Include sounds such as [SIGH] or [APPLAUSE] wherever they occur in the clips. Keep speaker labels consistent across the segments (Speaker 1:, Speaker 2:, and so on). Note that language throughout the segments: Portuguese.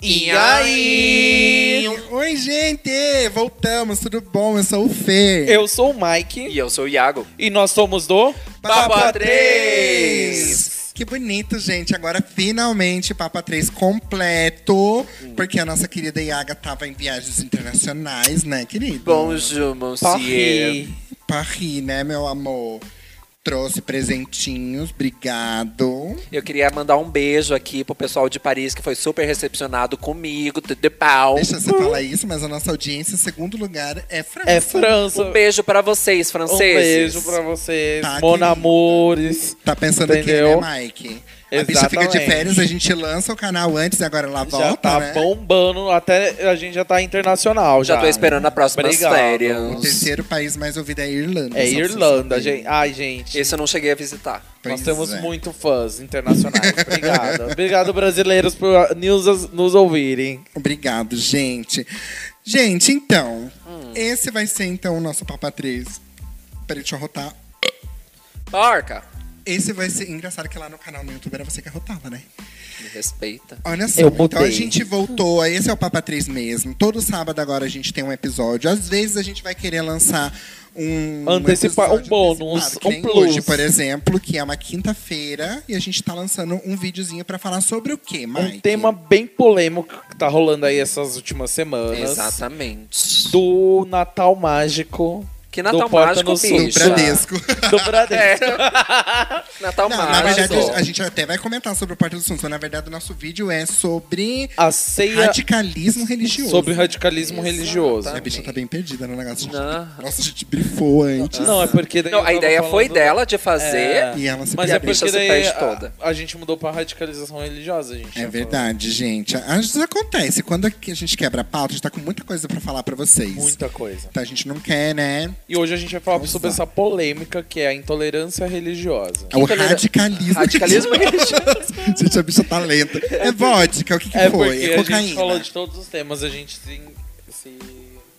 Speaker 1: E aí?
Speaker 2: Oi, gente! Voltamos, tudo bom? Eu sou o Fê.
Speaker 1: Eu sou o Mike
Speaker 3: E eu sou o Iago.
Speaker 1: e nós somos do
Speaker 3: Papa
Speaker 2: três.
Speaker 3: Três.
Speaker 2: Que bonito, gente. Agora, finalmente, Papa 3 completo.
Speaker 1: Hum.
Speaker 2: Porque a nossa querida Iaga tava em viagens internacionais, né, querido?
Speaker 3: Bonjour,
Speaker 1: Tá
Speaker 3: monsieur.
Speaker 1: Paris.
Speaker 2: Paris, né, meu amor? Trouxe presentinhos, obrigado.
Speaker 3: Eu queria mandar um beijo aqui pro pessoal de Paris que foi super recepcionado comigo, tudo de pau.
Speaker 2: Deixa você falar isso, mas a nossa audiência, em segundo lugar, é França.
Speaker 1: Uhum. É França.
Speaker 3: Um beijo pra vocês,
Speaker 1: Um
Speaker 3: franceses.
Speaker 1: beijo pra vocês,
Speaker 2: Tá, querida.
Speaker 1: monamores.
Speaker 2: Tá pensando aqui, né,
Speaker 1: Entendeu?
Speaker 2: Mike? A bicha fica de
Speaker 1: Exatamente.
Speaker 2: férias, a gente lança o canal antes, agora ela volta,
Speaker 1: Já tá
Speaker 2: né?
Speaker 1: bombando, até a gente já tá internacional. Já,
Speaker 3: Já tô esperando a próxima
Speaker 1: Obrigado.
Speaker 2: O
Speaker 3: férias.
Speaker 2: terceiro país mais ouvido é a
Speaker 1: É
Speaker 2: Irlanda. só pra vocês
Speaker 1: Irlanda,
Speaker 2: saberem.
Speaker 1: gente. Ai, gente.
Speaker 3: Esse eu não cheguei a visitar.
Speaker 2: Pois
Speaker 1: Nós temos
Speaker 2: é.
Speaker 1: muito fãs internacionais.
Speaker 2: [LAUGHS]
Speaker 1: Obrigado. Obrigado, brasileiros, por nos, nos ouvirem.
Speaker 2: Obrigado, gente. Gente, então,
Speaker 1: Hum.
Speaker 2: esse vai ser então o nosso Papa 3. Peraí, deixa eu rotar.
Speaker 3: Porca!
Speaker 2: Esse vai ser. Engraçado que lá no canal no YouTube era você que arrotava, né?
Speaker 3: Me respeita.
Speaker 2: Olha só,
Speaker 1: Eu
Speaker 2: então a
Speaker 1: botei.
Speaker 2: gente voltou, esse é o Papa 3 mesmo. Todo sábado agora a gente tem um episódio. Às vezes a gente vai querer lançar um
Speaker 1: Antecipa-
Speaker 2: episódio
Speaker 1: um bônus,
Speaker 2: antecipado, que
Speaker 1: um
Speaker 2: nem
Speaker 1: plus.
Speaker 2: Hoje, por exemplo, que é uma quinta-feira e a gente tá lançando um videozinho pra falar sobre o quê, Mike?
Speaker 1: Um tema bem polêmico que tá rolando aí essas últimas semanas.
Speaker 3: Exatamente.
Speaker 1: Do Natal Mágico.
Speaker 3: Que Natal
Speaker 1: do Porta
Speaker 3: mágico,
Speaker 1: no
Speaker 3: bicha?
Speaker 2: do
Speaker 1: Sushi. [LAUGHS]
Speaker 2: Bradesco.
Speaker 1: Do
Speaker 3: [LAUGHS]
Speaker 1: Bradesco.
Speaker 3: Natal
Speaker 2: Não, na
Speaker 3: mágico.
Speaker 2: verdade, a gente até vai comentar sobre o Porta dos Fundos, mas na verdade o nosso vídeo é sobre
Speaker 1: A ceia
Speaker 2: radicalismo religioso.
Speaker 1: sobre radicalismo religioso.
Speaker 2: A bicha tá bem perdida no negócio. gente.
Speaker 3: Não.
Speaker 2: Nossa, a gente brifou antes.
Speaker 1: Não, é porque daí eu
Speaker 3: Não, a
Speaker 1: tava
Speaker 3: ideia
Speaker 1: falando-
Speaker 3: foi dela de fazer.
Speaker 1: É.
Speaker 2: E ela se
Speaker 1: Mas é
Speaker 2: perdeu.
Speaker 1: porque
Speaker 3: se
Speaker 1: daí
Speaker 3: perde
Speaker 1: a,
Speaker 3: toda.
Speaker 1: a gente mudou pra radicalização religiosa, gente. Então,
Speaker 2: É
Speaker 1: já
Speaker 2: verdade, gente. Às vezes acontece. Quando aqui a gente quebra a pauta, a gente tá com muita coisa pra falar pra vocês.
Speaker 1: falou. Muita coisa.
Speaker 2: Então a gente não quer, né?
Speaker 1: E hoje a gente vai falar
Speaker 2: Nossa.
Speaker 1: sobre essa polêmica que é a intolerância religiosa.
Speaker 2: tá. É o
Speaker 3: intolerância-
Speaker 2: radicalismo.
Speaker 3: Radicalismo religioso.
Speaker 2: [LAUGHS] gente, a bicha tá lenta. É vodka, o que que
Speaker 1: É
Speaker 2: foi?
Speaker 1: porque
Speaker 2: É
Speaker 1: a gente falou
Speaker 2: cocaína.
Speaker 1: de todos os temas, a gente se. se...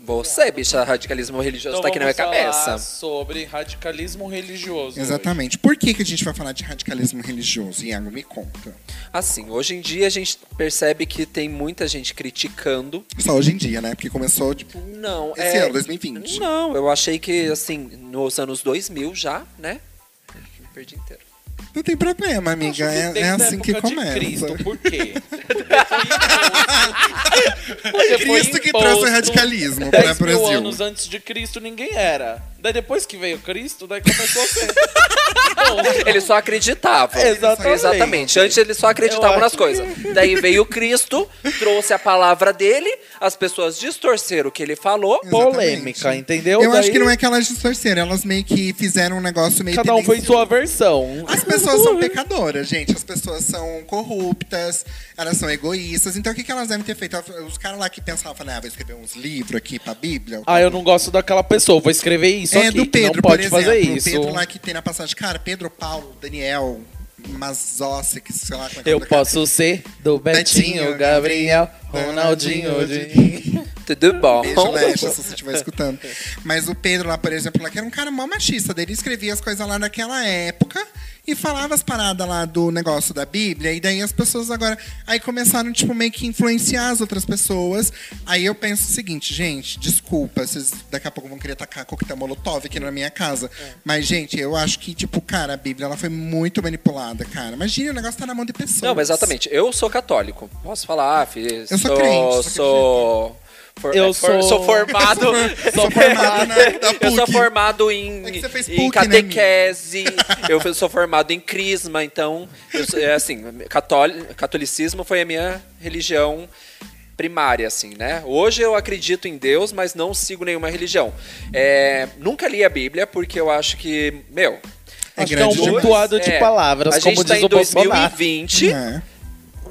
Speaker 3: Você, bicha, radicalismo religioso
Speaker 1: Então
Speaker 3: tá aqui na minha
Speaker 1: vamos falar
Speaker 3: cabeça.
Speaker 1: Sobre radicalismo religioso.
Speaker 2: Exatamente. Por que, que a gente vai falar de radicalismo religioso? Iago, me conta.
Speaker 3: Assim, hoje em dia a gente percebe que tem muita gente criticando.
Speaker 2: Só hoje em dia, né? Porque começou, tipo,
Speaker 3: Não,
Speaker 2: esse
Speaker 3: é...
Speaker 2: ano, 2020.
Speaker 3: Não, eu achei que, assim, nos anos 2000 já, né? Me perdi inteiro.
Speaker 2: Não tem problema,
Speaker 1: Acho que
Speaker 2: amiga. É,
Speaker 1: desde
Speaker 2: é
Speaker 1: a
Speaker 2: assim que
Speaker 1: época de
Speaker 2: começa.
Speaker 1: Cristo, por [LAUGHS] quê?
Speaker 2: Foi
Speaker 1: Porque foi
Speaker 2: Cristo que
Speaker 1: imposto
Speaker 2: trouxe o radicalismo para
Speaker 1: 10
Speaker 2: o
Speaker 1: mil
Speaker 2: Brasil.
Speaker 1: anos antes de Cristo ninguém era. Daí depois que veio Cristo, daí começou a ser. [LAUGHS] Bom,
Speaker 3: Ele só acreditava.
Speaker 1: Exatamente.
Speaker 3: Exatamente. Antes ele só acreditava
Speaker 1: Eu
Speaker 3: nas
Speaker 1: acho
Speaker 3: coisas. Daí veio Cristo, trouxe a palavra dele, as pessoas distorceram o que ele falou.
Speaker 1: polêmica, entendeu?
Speaker 2: Eu, acho
Speaker 1: Daí
Speaker 2: que não é que elas distorceram, elas meio que fizeram um negócio meio
Speaker 1: Cada um foi sua
Speaker 2: tendencioso.
Speaker 1: versão.
Speaker 2: As
Speaker 1: [LAUGHS]
Speaker 2: pessoas são pecadoras, gente. As pessoas são corruptas, elas são egoístas. Então o que, que elas devem ter feito? Os caras lá que pensavam, falavam, ah, vou escrever uns livros aqui pra Bíblia.
Speaker 1: Ah, eu não gosto daquela pessoa, vou escrever isso
Speaker 2: é
Speaker 1: aqui,
Speaker 2: do
Speaker 1: que
Speaker 2: Pedro,
Speaker 1: não pode
Speaker 2: por exemplo.
Speaker 1: fazer
Speaker 2: O
Speaker 1: isso.
Speaker 2: Pedro lá que tem na passagem, cara, Pedro, Paulo, Daniel, Mazosek, sei lá como é que é o
Speaker 1: Eu
Speaker 2: nome do cara.
Speaker 1: posso ser do Betinho,
Speaker 2: Betinho,
Speaker 1: Gabriel,
Speaker 2: Ronaldinho,
Speaker 1: Ronaldinho, de...
Speaker 3: Tudo bom.
Speaker 2: Beijo, Leste, se você estiver escutando. Mas o Pedro lá, por exemplo, lá, que era um cara mó machista. daí Ele escrevia as coisas lá naquela época e falava as paradas lá do negócio da Bíblia. E daí as pessoas agora... Aí começaram, tipo, meio que influenciar as outras pessoas. Aí eu penso o seguinte, gente, desculpa. Vocês daqui a pouco vão querer tacar coquetel molotov aqui na minha casa. Mas, gente, eu acho que, tipo, cara, a Bíblia ela foi muito manipulada, cara. Imagina, o negócio tá na mão de pessoas.
Speaker 3: Não, mas exatamente. Eu sou católico. Posso falar, ah, filho.
Speaker 2: Eu sou crente, sou
Speaker 3: Sou. for-
Speaker 1: Eu
Speaker 3: é, for-
Speaker 1: sou-
Speaker 3: sou formado.
Speaker 2: [LAUGHS]
Speaker 3: [LAUGHS]
Speaker 2: Sou formado na, da
Speaker 3: Eu sou
Speaker 2: PUC.
Speaker 3: formado em,
Speaker 2: É que você fez
Speaker 3: em
Speaker 2: PUC, né, amigo?
Speaker 3: catequese,
Speaker 2: [LAUGHS]
Speaker 3: eu fui- sou formado em crisma, então, eu sou- é assim, catoli- catolicismo foi a minha religião primária, assim, né? Hoje eu acredito em Deus, mas não sigo nenhuma religião. É, nunca li a Bíblia, porque eu acho que, meu...
Speaker 2: É
Speaker 1: Acho que é um
Speaker 2: grande demais.
Speaker 1: montuado de
Speaker 3: é,
Speaker 1: palavras,
Speaker 3: a
Speaker 1: como
Speaker 3: gente tá
Speaker 1: diz
Speaker 3: em
Speaker 1: o Bolsonaro.
Speaker 3: 2020,
Speaker 2: É.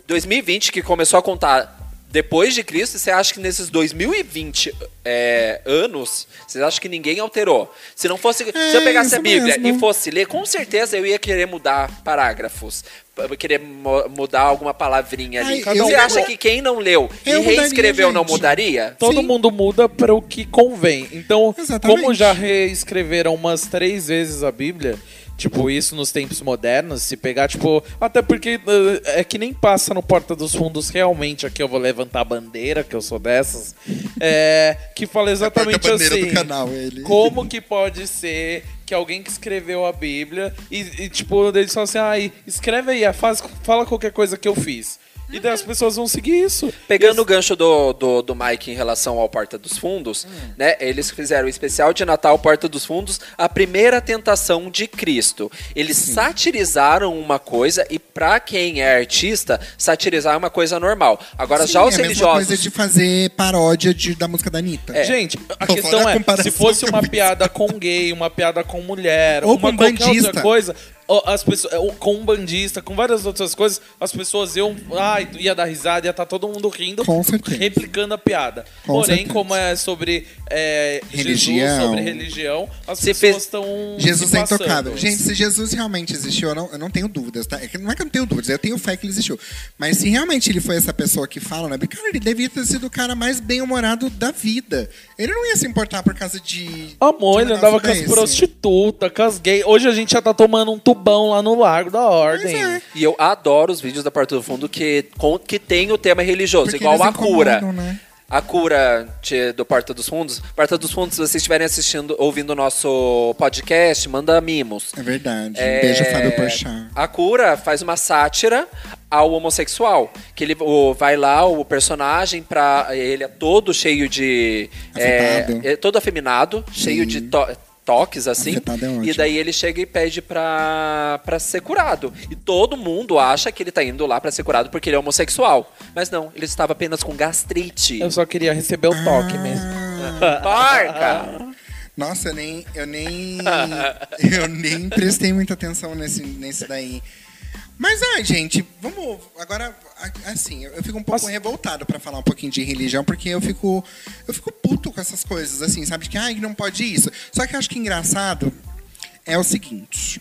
Speaker 3: 2020, que começou a contar depois de Cristo, você acha que nesses 2020 é, anos, você acha que ninguém alterou? Se não fosse. se eu pegasse a
Speaker 2: É, isso
Speaker 3: Bíblia
Speaker 2: mesmo.
Speaker 3: e fosse ler, com certeza eu ia querer mudar parágrafos. eu ia Querer mo- mudar alguma palavrinha ali.
Speaker 2: Ai, eu-
Speaker 3: você acha que quem não leu e
Speaker 2: Eu mudaria,
Speaker 3: reescreveu não
Speaker 2: gente.
Speaker 3: mudaria?
Speaker 1: Todo
Speaker 2: Sim.
Speaker 1: mundo muda para o que convém. Então,
Speaker 2: Exatamente.
Speaker 1: como já reescreveram umas três vezes a Bíblia, Tipo, isso nos tempos modernos, se pegar, tipo. Até porque uh, é que nem passa no Porta dos Fundos realmente. Aqui eu vou levantar a bandeira, que eu sou dessas. É, que fala exatamente
Speaker 2: porta-bandeira
Speaker 1: assim.
Speaker 2: do canal, ele.
Speaker 1: Como que pode ser que alguém que escreveu a Bíblia e, e, tipo, eles falam assim: ai, escreve aí, faz, fala qualquer coisa que eu fiz. E daí as
Speaker 2: Uhum.
Speaker 1: pessoas vão seguir isso.
Speaker 3: Pegando o gancho do, do, do Mike em relação ao Porta dos Fundos,
Speaker 2: Hum.
Speaker 3: né? Eles fizeram o especial de Natal Porta dos Fundos, a primeira tentação de Cristo. Eles
Speaker 2: Hum.
Speaker 3: satirizaram uma coisa e pra quem é artista, satirizar é uma coisa normal. Agora já os
Speaker 2: é a mesma coisa
Speaker 3: religiosos
Speaker 2: de fazer paródia de- da música da Anitta.
Speaker 3: É.
Speaker 1: Gente, a
Speaker 2: Pô,
Speaker 1: questão
Speaker 2: olha a
Speaker 1: é, se
Speaker 2: comparação
Speaker 1: fosse
Speaker 2: que eu
Speaker 1: uma
Speaker 2: fiz.
Speaker 1: piada com gay, uma piada com mulher,
Speaker 2: Ou
Speaker 1: uma
Speaker 2: com um
Speaker 1: qualquer outra
Speaker 2: bandista.
Speaker 1: coisa, ó, as pessoas, ou com um bandista, com várias outras coisas, as pessoas iam, ai, ia dar risada, ia estar todo mundo rindo,
Speaker 2: Com certeza.
Speaker 1: replicando a piada.
Speaker 2: Com
Speaker 1: Porém,
Speaker 2: certeza.
Speaker 1: como é sobre é, Jesus,
Speaker 2: Religião.
Speaker 1: sobre religião, as
Speaker 3: Se
Speaker 1: pessoas
Speaker 3: fez-
Speaker 1: estão
Speaker 2: Jesus
Speaker 1: se
Speaker 2: é
Speaker 1: passando.
Speaker 2: intocável. Gente, se Jesus realmente existiu, eu não, eu não tenho dúvidas, tá? É que Não é que eu não tenho dúvidas, eu tenho fé que ele existiu. Mas se realmente ele foi essa pessoa que fala, né? Cara, ele devia ter sido o cara mais bem-humorado da vida. Ele não ia se importar por causa de.
Speaker 1: Amor,
Speaker 2: de
Speaker 1: ele
Speaker 2: um
Speaker 1: andava com as
Speaker 2: negócio desse.
Speaker 1: prostitutas, com as gays. Hoje a gente já tá tomando um tubão lá no Largo da Ordem.
Speaker 2: Pois é.
Speaker 3: E eu adoro os vídeos da Porta do Fundo que, com- que tem o tema religioso,
Speaker 2: Porque
Speaker 3: igual
Speaker 2: eles
Speaker 3: a cura.
Speaker 2: incomodam, né?
Speaker 3: A cura de- do Porta dos Fundos. Porta dos Fundos, se vocês estiverem assistindo, ouvindo o nosso podcast, manda mimos.
Speaker 2: É verdade.
Speaker 3: É,
Speaker 2: Beijo, Fábio Porchat.
Speaker 3: A cura faz uma sátira ao homossexual. Que ele o- vai lá, o personagem, pra, ele é todo cheio de. É,
Speaker 2: Afetado.
Speaker 3: é todo afeminado, cheio de to- toques, assim.
Speaker 2: Afetado é ótimo.
Speaker 3: e daí ele chega e pede pra, pra ser curado. E todo mundo acha que ele tá indo lá pra ser curado porque ele é homossexual. Mas não, ele estava apenas com gastrite.
Speaker 1: Eu só queria receber o toque mesmo.
Speaker 3: [LAUGHS] Porca!
Speaker 2: Nossa, eu nem. Eu nem, eu nem prestei muita atenção nesse, nesse daí. Mas, ai, gente, vamos. Agora, a- assim, eu eu fico um pouco
Speaker 1: Mas-
Speaker 2: revoltado pra falar um pouquinho de religião, porque eu fico. Eu fico puto com essas coisas, assim, sabe? De que, ai, não pode isso. Só que eu acho que engraçado é o seguinte.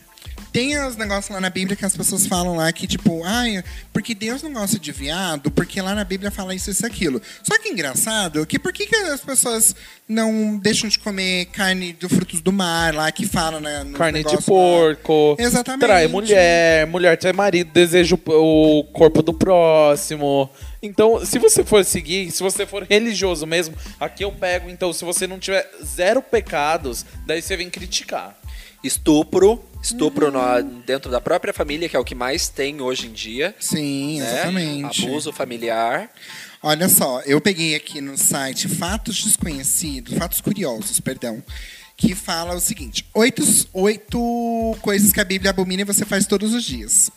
Speaker 2: Tem os negócios lá na Bíblia que as pessoas falam lá que, tipo, ai, porque Deus não gosta de viado, porque lá na Bíblia fala isso, isso, e aquilo. Só que engraçado que por que, que as pessoas não deixam de comer carne do frutos do mar lá que fala, né? nos
Speaker 1: Carne de
Speaker 2: negócios lá?
Speaker 1: porco.
Speaker 2: Exatamente.
Speaker 1: Trai mulher, mulher trai marido, deseja o o corpo do próximo. Então, se você for seguir, se você for religioso mesmo, aqui eu pego. Então, se você não tiver zero pecados, daí você vem criticar.
Speaker 3: Estupro.
Speaker 2: Hum.
Speaker 3: Estupro na- dentro da própria família, que é o que mais tem hoje em dia.
Speaker 2: Sim,
Speaker 3: né?
Speaker 2: exatamente.
Speaker 3: Abuso familiar.
Speaker 2: Olha só, eu peguei aqui no site Fatos Desconhecidos, Fatos Curiosos, perdão, que fala o seguinte: oito, oito coisas que a Bíblia abomina e você faz todos os dias.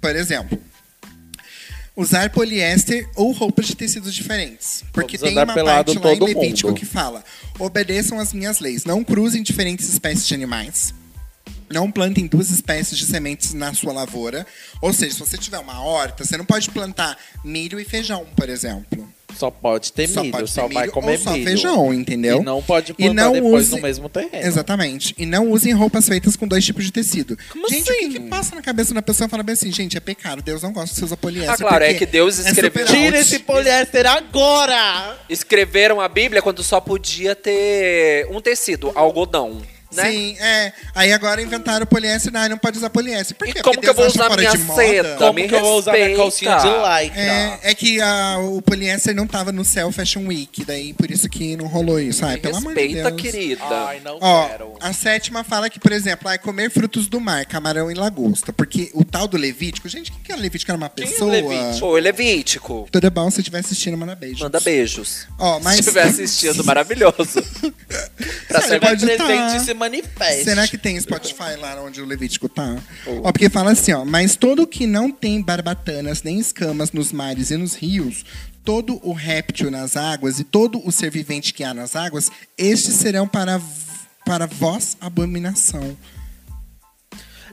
Speaker 2: Por exemplo, usar poliéster ou roupas de tecidos diferentes. Porque
Speaker 1: Vamos
Speaker 2: tem
Speaker 1: andar
Speaker 2: uma
Speaker 1: pelado
Speaker 2: parte lá em
Speaker 1: todo
Speaker 2: Levítico
Speaker 1: mundo.
Speaker 2: que fala: obedeçam às minhas leis, não cruzem diferentes espécies de animais. Não plantem duas espécies de sementes na sua lavoura. Ou seja, se você tiver uma horta, você não pode plantar milho e feijão, por exemplo.
Speaker 1: Só pode ter milho, só,
Speaker 2: pode ter milho
Speaker 1: vai comer
Speaker 2: ou só
Speaker 1: milho.
Speaker 2: feijão, entendeu?
Speaker 1: E não pode
Speaker 2: E
Speaker 1: plantar
Speaker 2: não
Speaker 1: depois
Speaker 2: use-
Speaker 1: no mesmo terreno.
Speaker 2: Exatamente. E não usem roupas feitas com dois tipos de tecido.
Speaker 1: Como
Speaker 2: gente,
Speaker 1: assim?
Speaker 2: o que, que passa na cabeça da pessoa fala bem assim, gente, é pecado, Deus não gosta que você usa poliéster.
Speaker 3: Ah, claro, é
Speaker 2: porque
Speaker 3: que Deus escreveu.
Speaker 2: super
Speaker 1: Tira
Speaker 2: out.
Speaker 1: esse poliéster agora!
Speaker 3: Escreveram a Bíblia quando só podia ter um tecido, algodão. Né?
Speaker 2: Sim, é. Aí agora inventaram poliéster, não, não pode usar poliéster. Por
Speaker 3: E
Speaker 2: quê?
Speaker 3: como
Speaker 2: Porque
Speaker 3: que eu vou
Speaker 2: Deus acha
Speaker 3: usar
Speaker 2: fora
Speaker 3: minha
Speaker 2: de moda.
Speaker 3: seda?
Speaker 1: Como
Speaker 3: Me
Speaker 1: que eu vou usar minha
Speaker 3: respeita.
Speaker 1: calcinha de lycra?
Speaker 2: É, é que a- o poliéster não tava no Cell Fashion Week, daí por isso que não rolou isso. Ai, pelo amor de
Speaker 3: Respeita,
Speaker 2: Deus.
Speaker 3: querida.
Speaker 1: Ai, não
Speaker 2: Ó,
Speaker 1: quero.
Speaker 2: a sétima fala que, por exemplo, ai, comer frutos do mar, camarão e lagosta. Porque o tal do Levítico, gente, o que que é Levítico? Era uma
Speaker 1: é
Speaker 2: pessoa?
Speaker 1: Levítico?
Speaker 3: Oi, Levítico.
Speaker 2: Tudo é bom se estiver assistindo, manda beijo.
Speaker 3: Manda beijos.
Speaker 2: Ó, mas-
Speaker 3: Se estiver
Speaker 2: [LAUGHS]
Speaker 3: assistindo, maravilhoso. pra
Speaker 2: Você
Speaker 1: Você vai
Speaker 3: ser
Speaker 2: pode tá.
Speaker 1: presente e se manifeste.
Speaker 2: Será que tem Spotify lá onde o Levítico tá? Ó, porque fala assim, ó. Mas todo que não tem barbatanas nem escamas nos mares e nos rios, todo o réptil nas águas e todo o ser vivente que há nas águas, estes serão para, v- para vós abominação.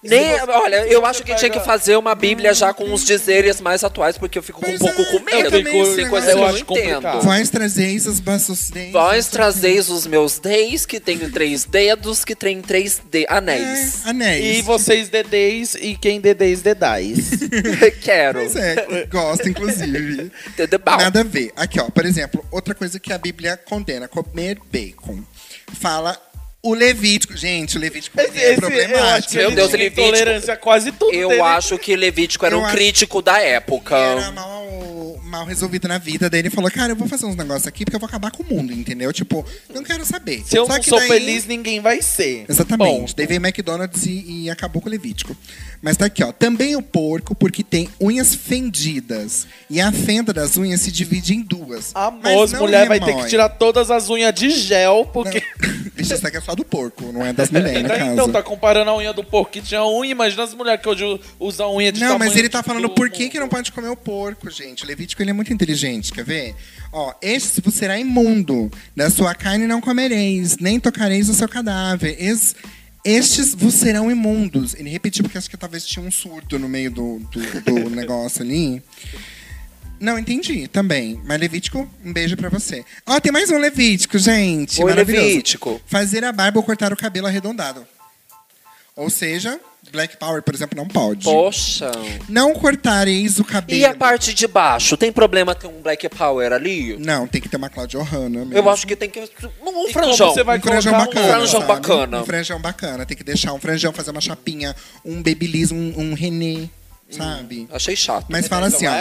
Speaker 3: Nem,
Speaker 1: Se você-
Speaker 3: olha,
Speaker 1: se
Speaker 3: eu
Speaker 1: você
Speaker 3: acho que
Speaker 1: pega-
Speaker 3: tinha que fazer uma Bíblia já com os dizeres mais atuais, porque eu fico com um
Speaker 2: Pois
Speaker 3: pouco
Speaker 2: é,
Speaker 3: com
Speaker 2: eu
Speaker 3: medo.
Speaker 2: também
Speaker 3: Tem
Speaker 2: sei,
Speaker 3: coisa
Speaker 2: mas
Speaker 3: que eu
Speaker 2: eu
Speaker 3: não
Speaker 1: acho complicado.
Speaker 3: entendo.
Speaker 2: Vós trazeis as vossas dentes.
Speaker 3: Ah. Vós trazeis os meus deis, que tenho três dedos, que tem três de... anéis.
Speaker 2: É, anéis.
Speaker 1: E vocês dedeis e quem dedeis dedais.
Speaker 3: [LAUGHS] Quero.
Speaker 2: Pois é, gosto, inclusive.
Speaker 3: [LAUGHS] Tudo bom.
Speaker 2: Nada a ver. Aqui, ó, por exemplo, outra coisa que a Bíblia condena: comer bacon. Fala O Levítico, gente, o Levítico
Speaker 1: Esse-
Speaker 2: é
Speaker 1: esse- eu acho
Speaker 2: problemático.
Speaker 1: que ele
Speaker 3: Meu Deus,
Speaker 1: tinha
Speaker 3: Levítico.
Speaker 1: intolerância a quase tudo. dele.
Speaker 3: Eu acho que Levítico era
Speaker 2: né? Eu
Speaker 3: um
Speaker 2: acho-
Speaker 3: crítico da época.
Speaker 2: Ele era mal, mal resolvido na vida dele. Ele falou, cara, eu vou fazer uns negócios aqui porque eu vou acabar com o mundo, entendeu? Tipo, não quero saber.
Speaker 1: Se eu
Speaker 2: Só
Speaker 1: não
Speaker 2: que
Speaker 1: um sou
Speaker 2: daí-
Speaker 1: feliz, ninguém vai ser.
Speaker 2: Exatamente.
Speaker 1: Ponto.
Speaker 2: Daí veio McDonald's e, e acabou com o Levítico. Mas tá aqui, ó. Também o porco, porque tem unhas fendidas. E a fenda das unhas se divide em duas.
Speaker 1: Amor,
Speaker 2: Mas não é
Speaker 1: mulher vai ter
Speaker 2: remói.
Speaker 1: que
Speaker 2: [LAUGHS]
Speaker 1: tirar todas as unhas de gel,
Speaker 2: Não.
Speaker 1: porque.
Speaker 2: Bicho, isso aqui é só do porco, não é das mulheres, no
Speaker 1: Tá, [LAUGHS]
Speaker 2: caso.
Speaker 1: então, tá comparando a unha do porco que tinha unha, imagina as mulheres que hoje usam unha de
Speaker 2: Não,
Speaker 1: tamanho
Speaker 2: mas
Speaker 1: tipo Então,
Speaker 2: ele tá
Speaker 1: de né?
Speaker 2: falando
Speaker 1: do
Speaker 2: por que,
Speaker 1: mundo.
Speaker 2: que não pode comer o porco, gente. O Levítico ele é muito inteligente, quer ver? Ó, este vos será imundo, da sua carne não comereis, nem tocareis o seu cadáver. Es- estes vos serão imundos. Ele repetiu porque acho que talvez tinha um surto no meio do, do- do negócio ali. Não, entendi também. Mas Levítico, um beijo pra você. Ó, tem mais um Levítico, gente.
Speaker 3: Oi,
Speaker 2: maravilhoso.
Speaker 3: Levítico.
Speaker 2: Fazer a barba ou cortar o cabelo arredondado. Ou seja, Black Power, por exemplo, não pode.
Speaker 3: Poxa.
Speaker 2: Não cortareis o cabelo.
Speaker 3: E a parte de baixo? Tem problema ter um Black Power ali?
Speaker 2: Não, tem que ter uma Claudia Ohana mesmo.
Speaker 3: Eu acho que tem que. Um
Speaker 1: E
Speaker 3: franjão.
Speaker 1: como você vai
Speaker 2: um franjão
Speaker 1: colocar um
Speaker 2: bacana.
Speaker 3: franjão
Speaker 2: sabe?
Speaker 3: bacana.
Speaker 2: Um franjão bacana. Tem que deixar um franjão, fazer uma chapinha, um babyliss, um, um René, sabe?
Speaker 3: Achei chato.
Speaker 2: Mas fala assim, ó,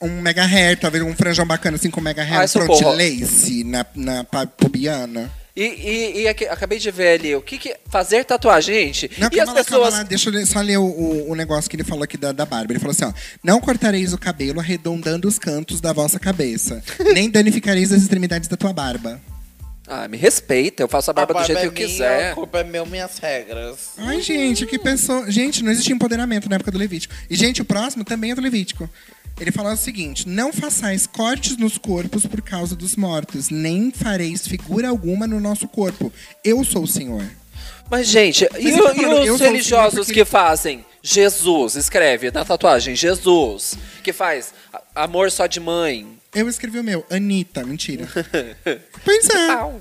Speaker 2: um mega hair, talvez um franjão bacana, assim, com mega hair,
Speaker 3: Ai,
Speaker 2: um front
Speaker 3: socorro.
Speaker 2: lace na, na pa- pubiana.
Speaker 3: E, e- e aqui- acabei de ver ali, o que que. Fazer tatuagem, gente?
Speaker 2: Não,
Speaker 3: e
Speaker 2: calma
Speaker 3: as
Speaker 2: lá,
Speaker 3: pessoas.
Speaker 2: calma lá, deixa eu ler- só ler o, o, o negócio que ele falou aqui da, da barba. Ele falou assim, ó, não cortareis o cabelo arredondando os cantos da vossa cabeça, nem danificareis as extremidades da tua barba.
Speaker 3: Ah, me respeita, eu faço a barba, do jeito que eu quiser.
Speaker 1: A culpa é meu, minhas regras.
Speaker 2: Ai, gente, que pessoa. Gente, não existia empoderamento na época do Levítico. E, gente, o próximo também é do Levítico. Ele falou o seguinte: não façais cortes nos corpos por causa dos mortos, nem fareis figura alguma no nosso corpo. Eu sou o Senhor.
Speaker 3: Mas, gente, e,
Speaker 2: ele
Speaker 3: o-
Speaker 2: tá falando,
Speaker 3: e
Speaker 2: eu
Speaker 3: os
Speaker 2: sou o
Speaker 3: religiosos
Speaker 2: Senhor porque-
Speaker 3: que fazem Jesus, escreve na tatuagem, Jesus, que faz a- amor só de mãe.
Speaker 2: Eu escrevi o meu, Anitta, mentira. pois é.
Speaker 3: Au.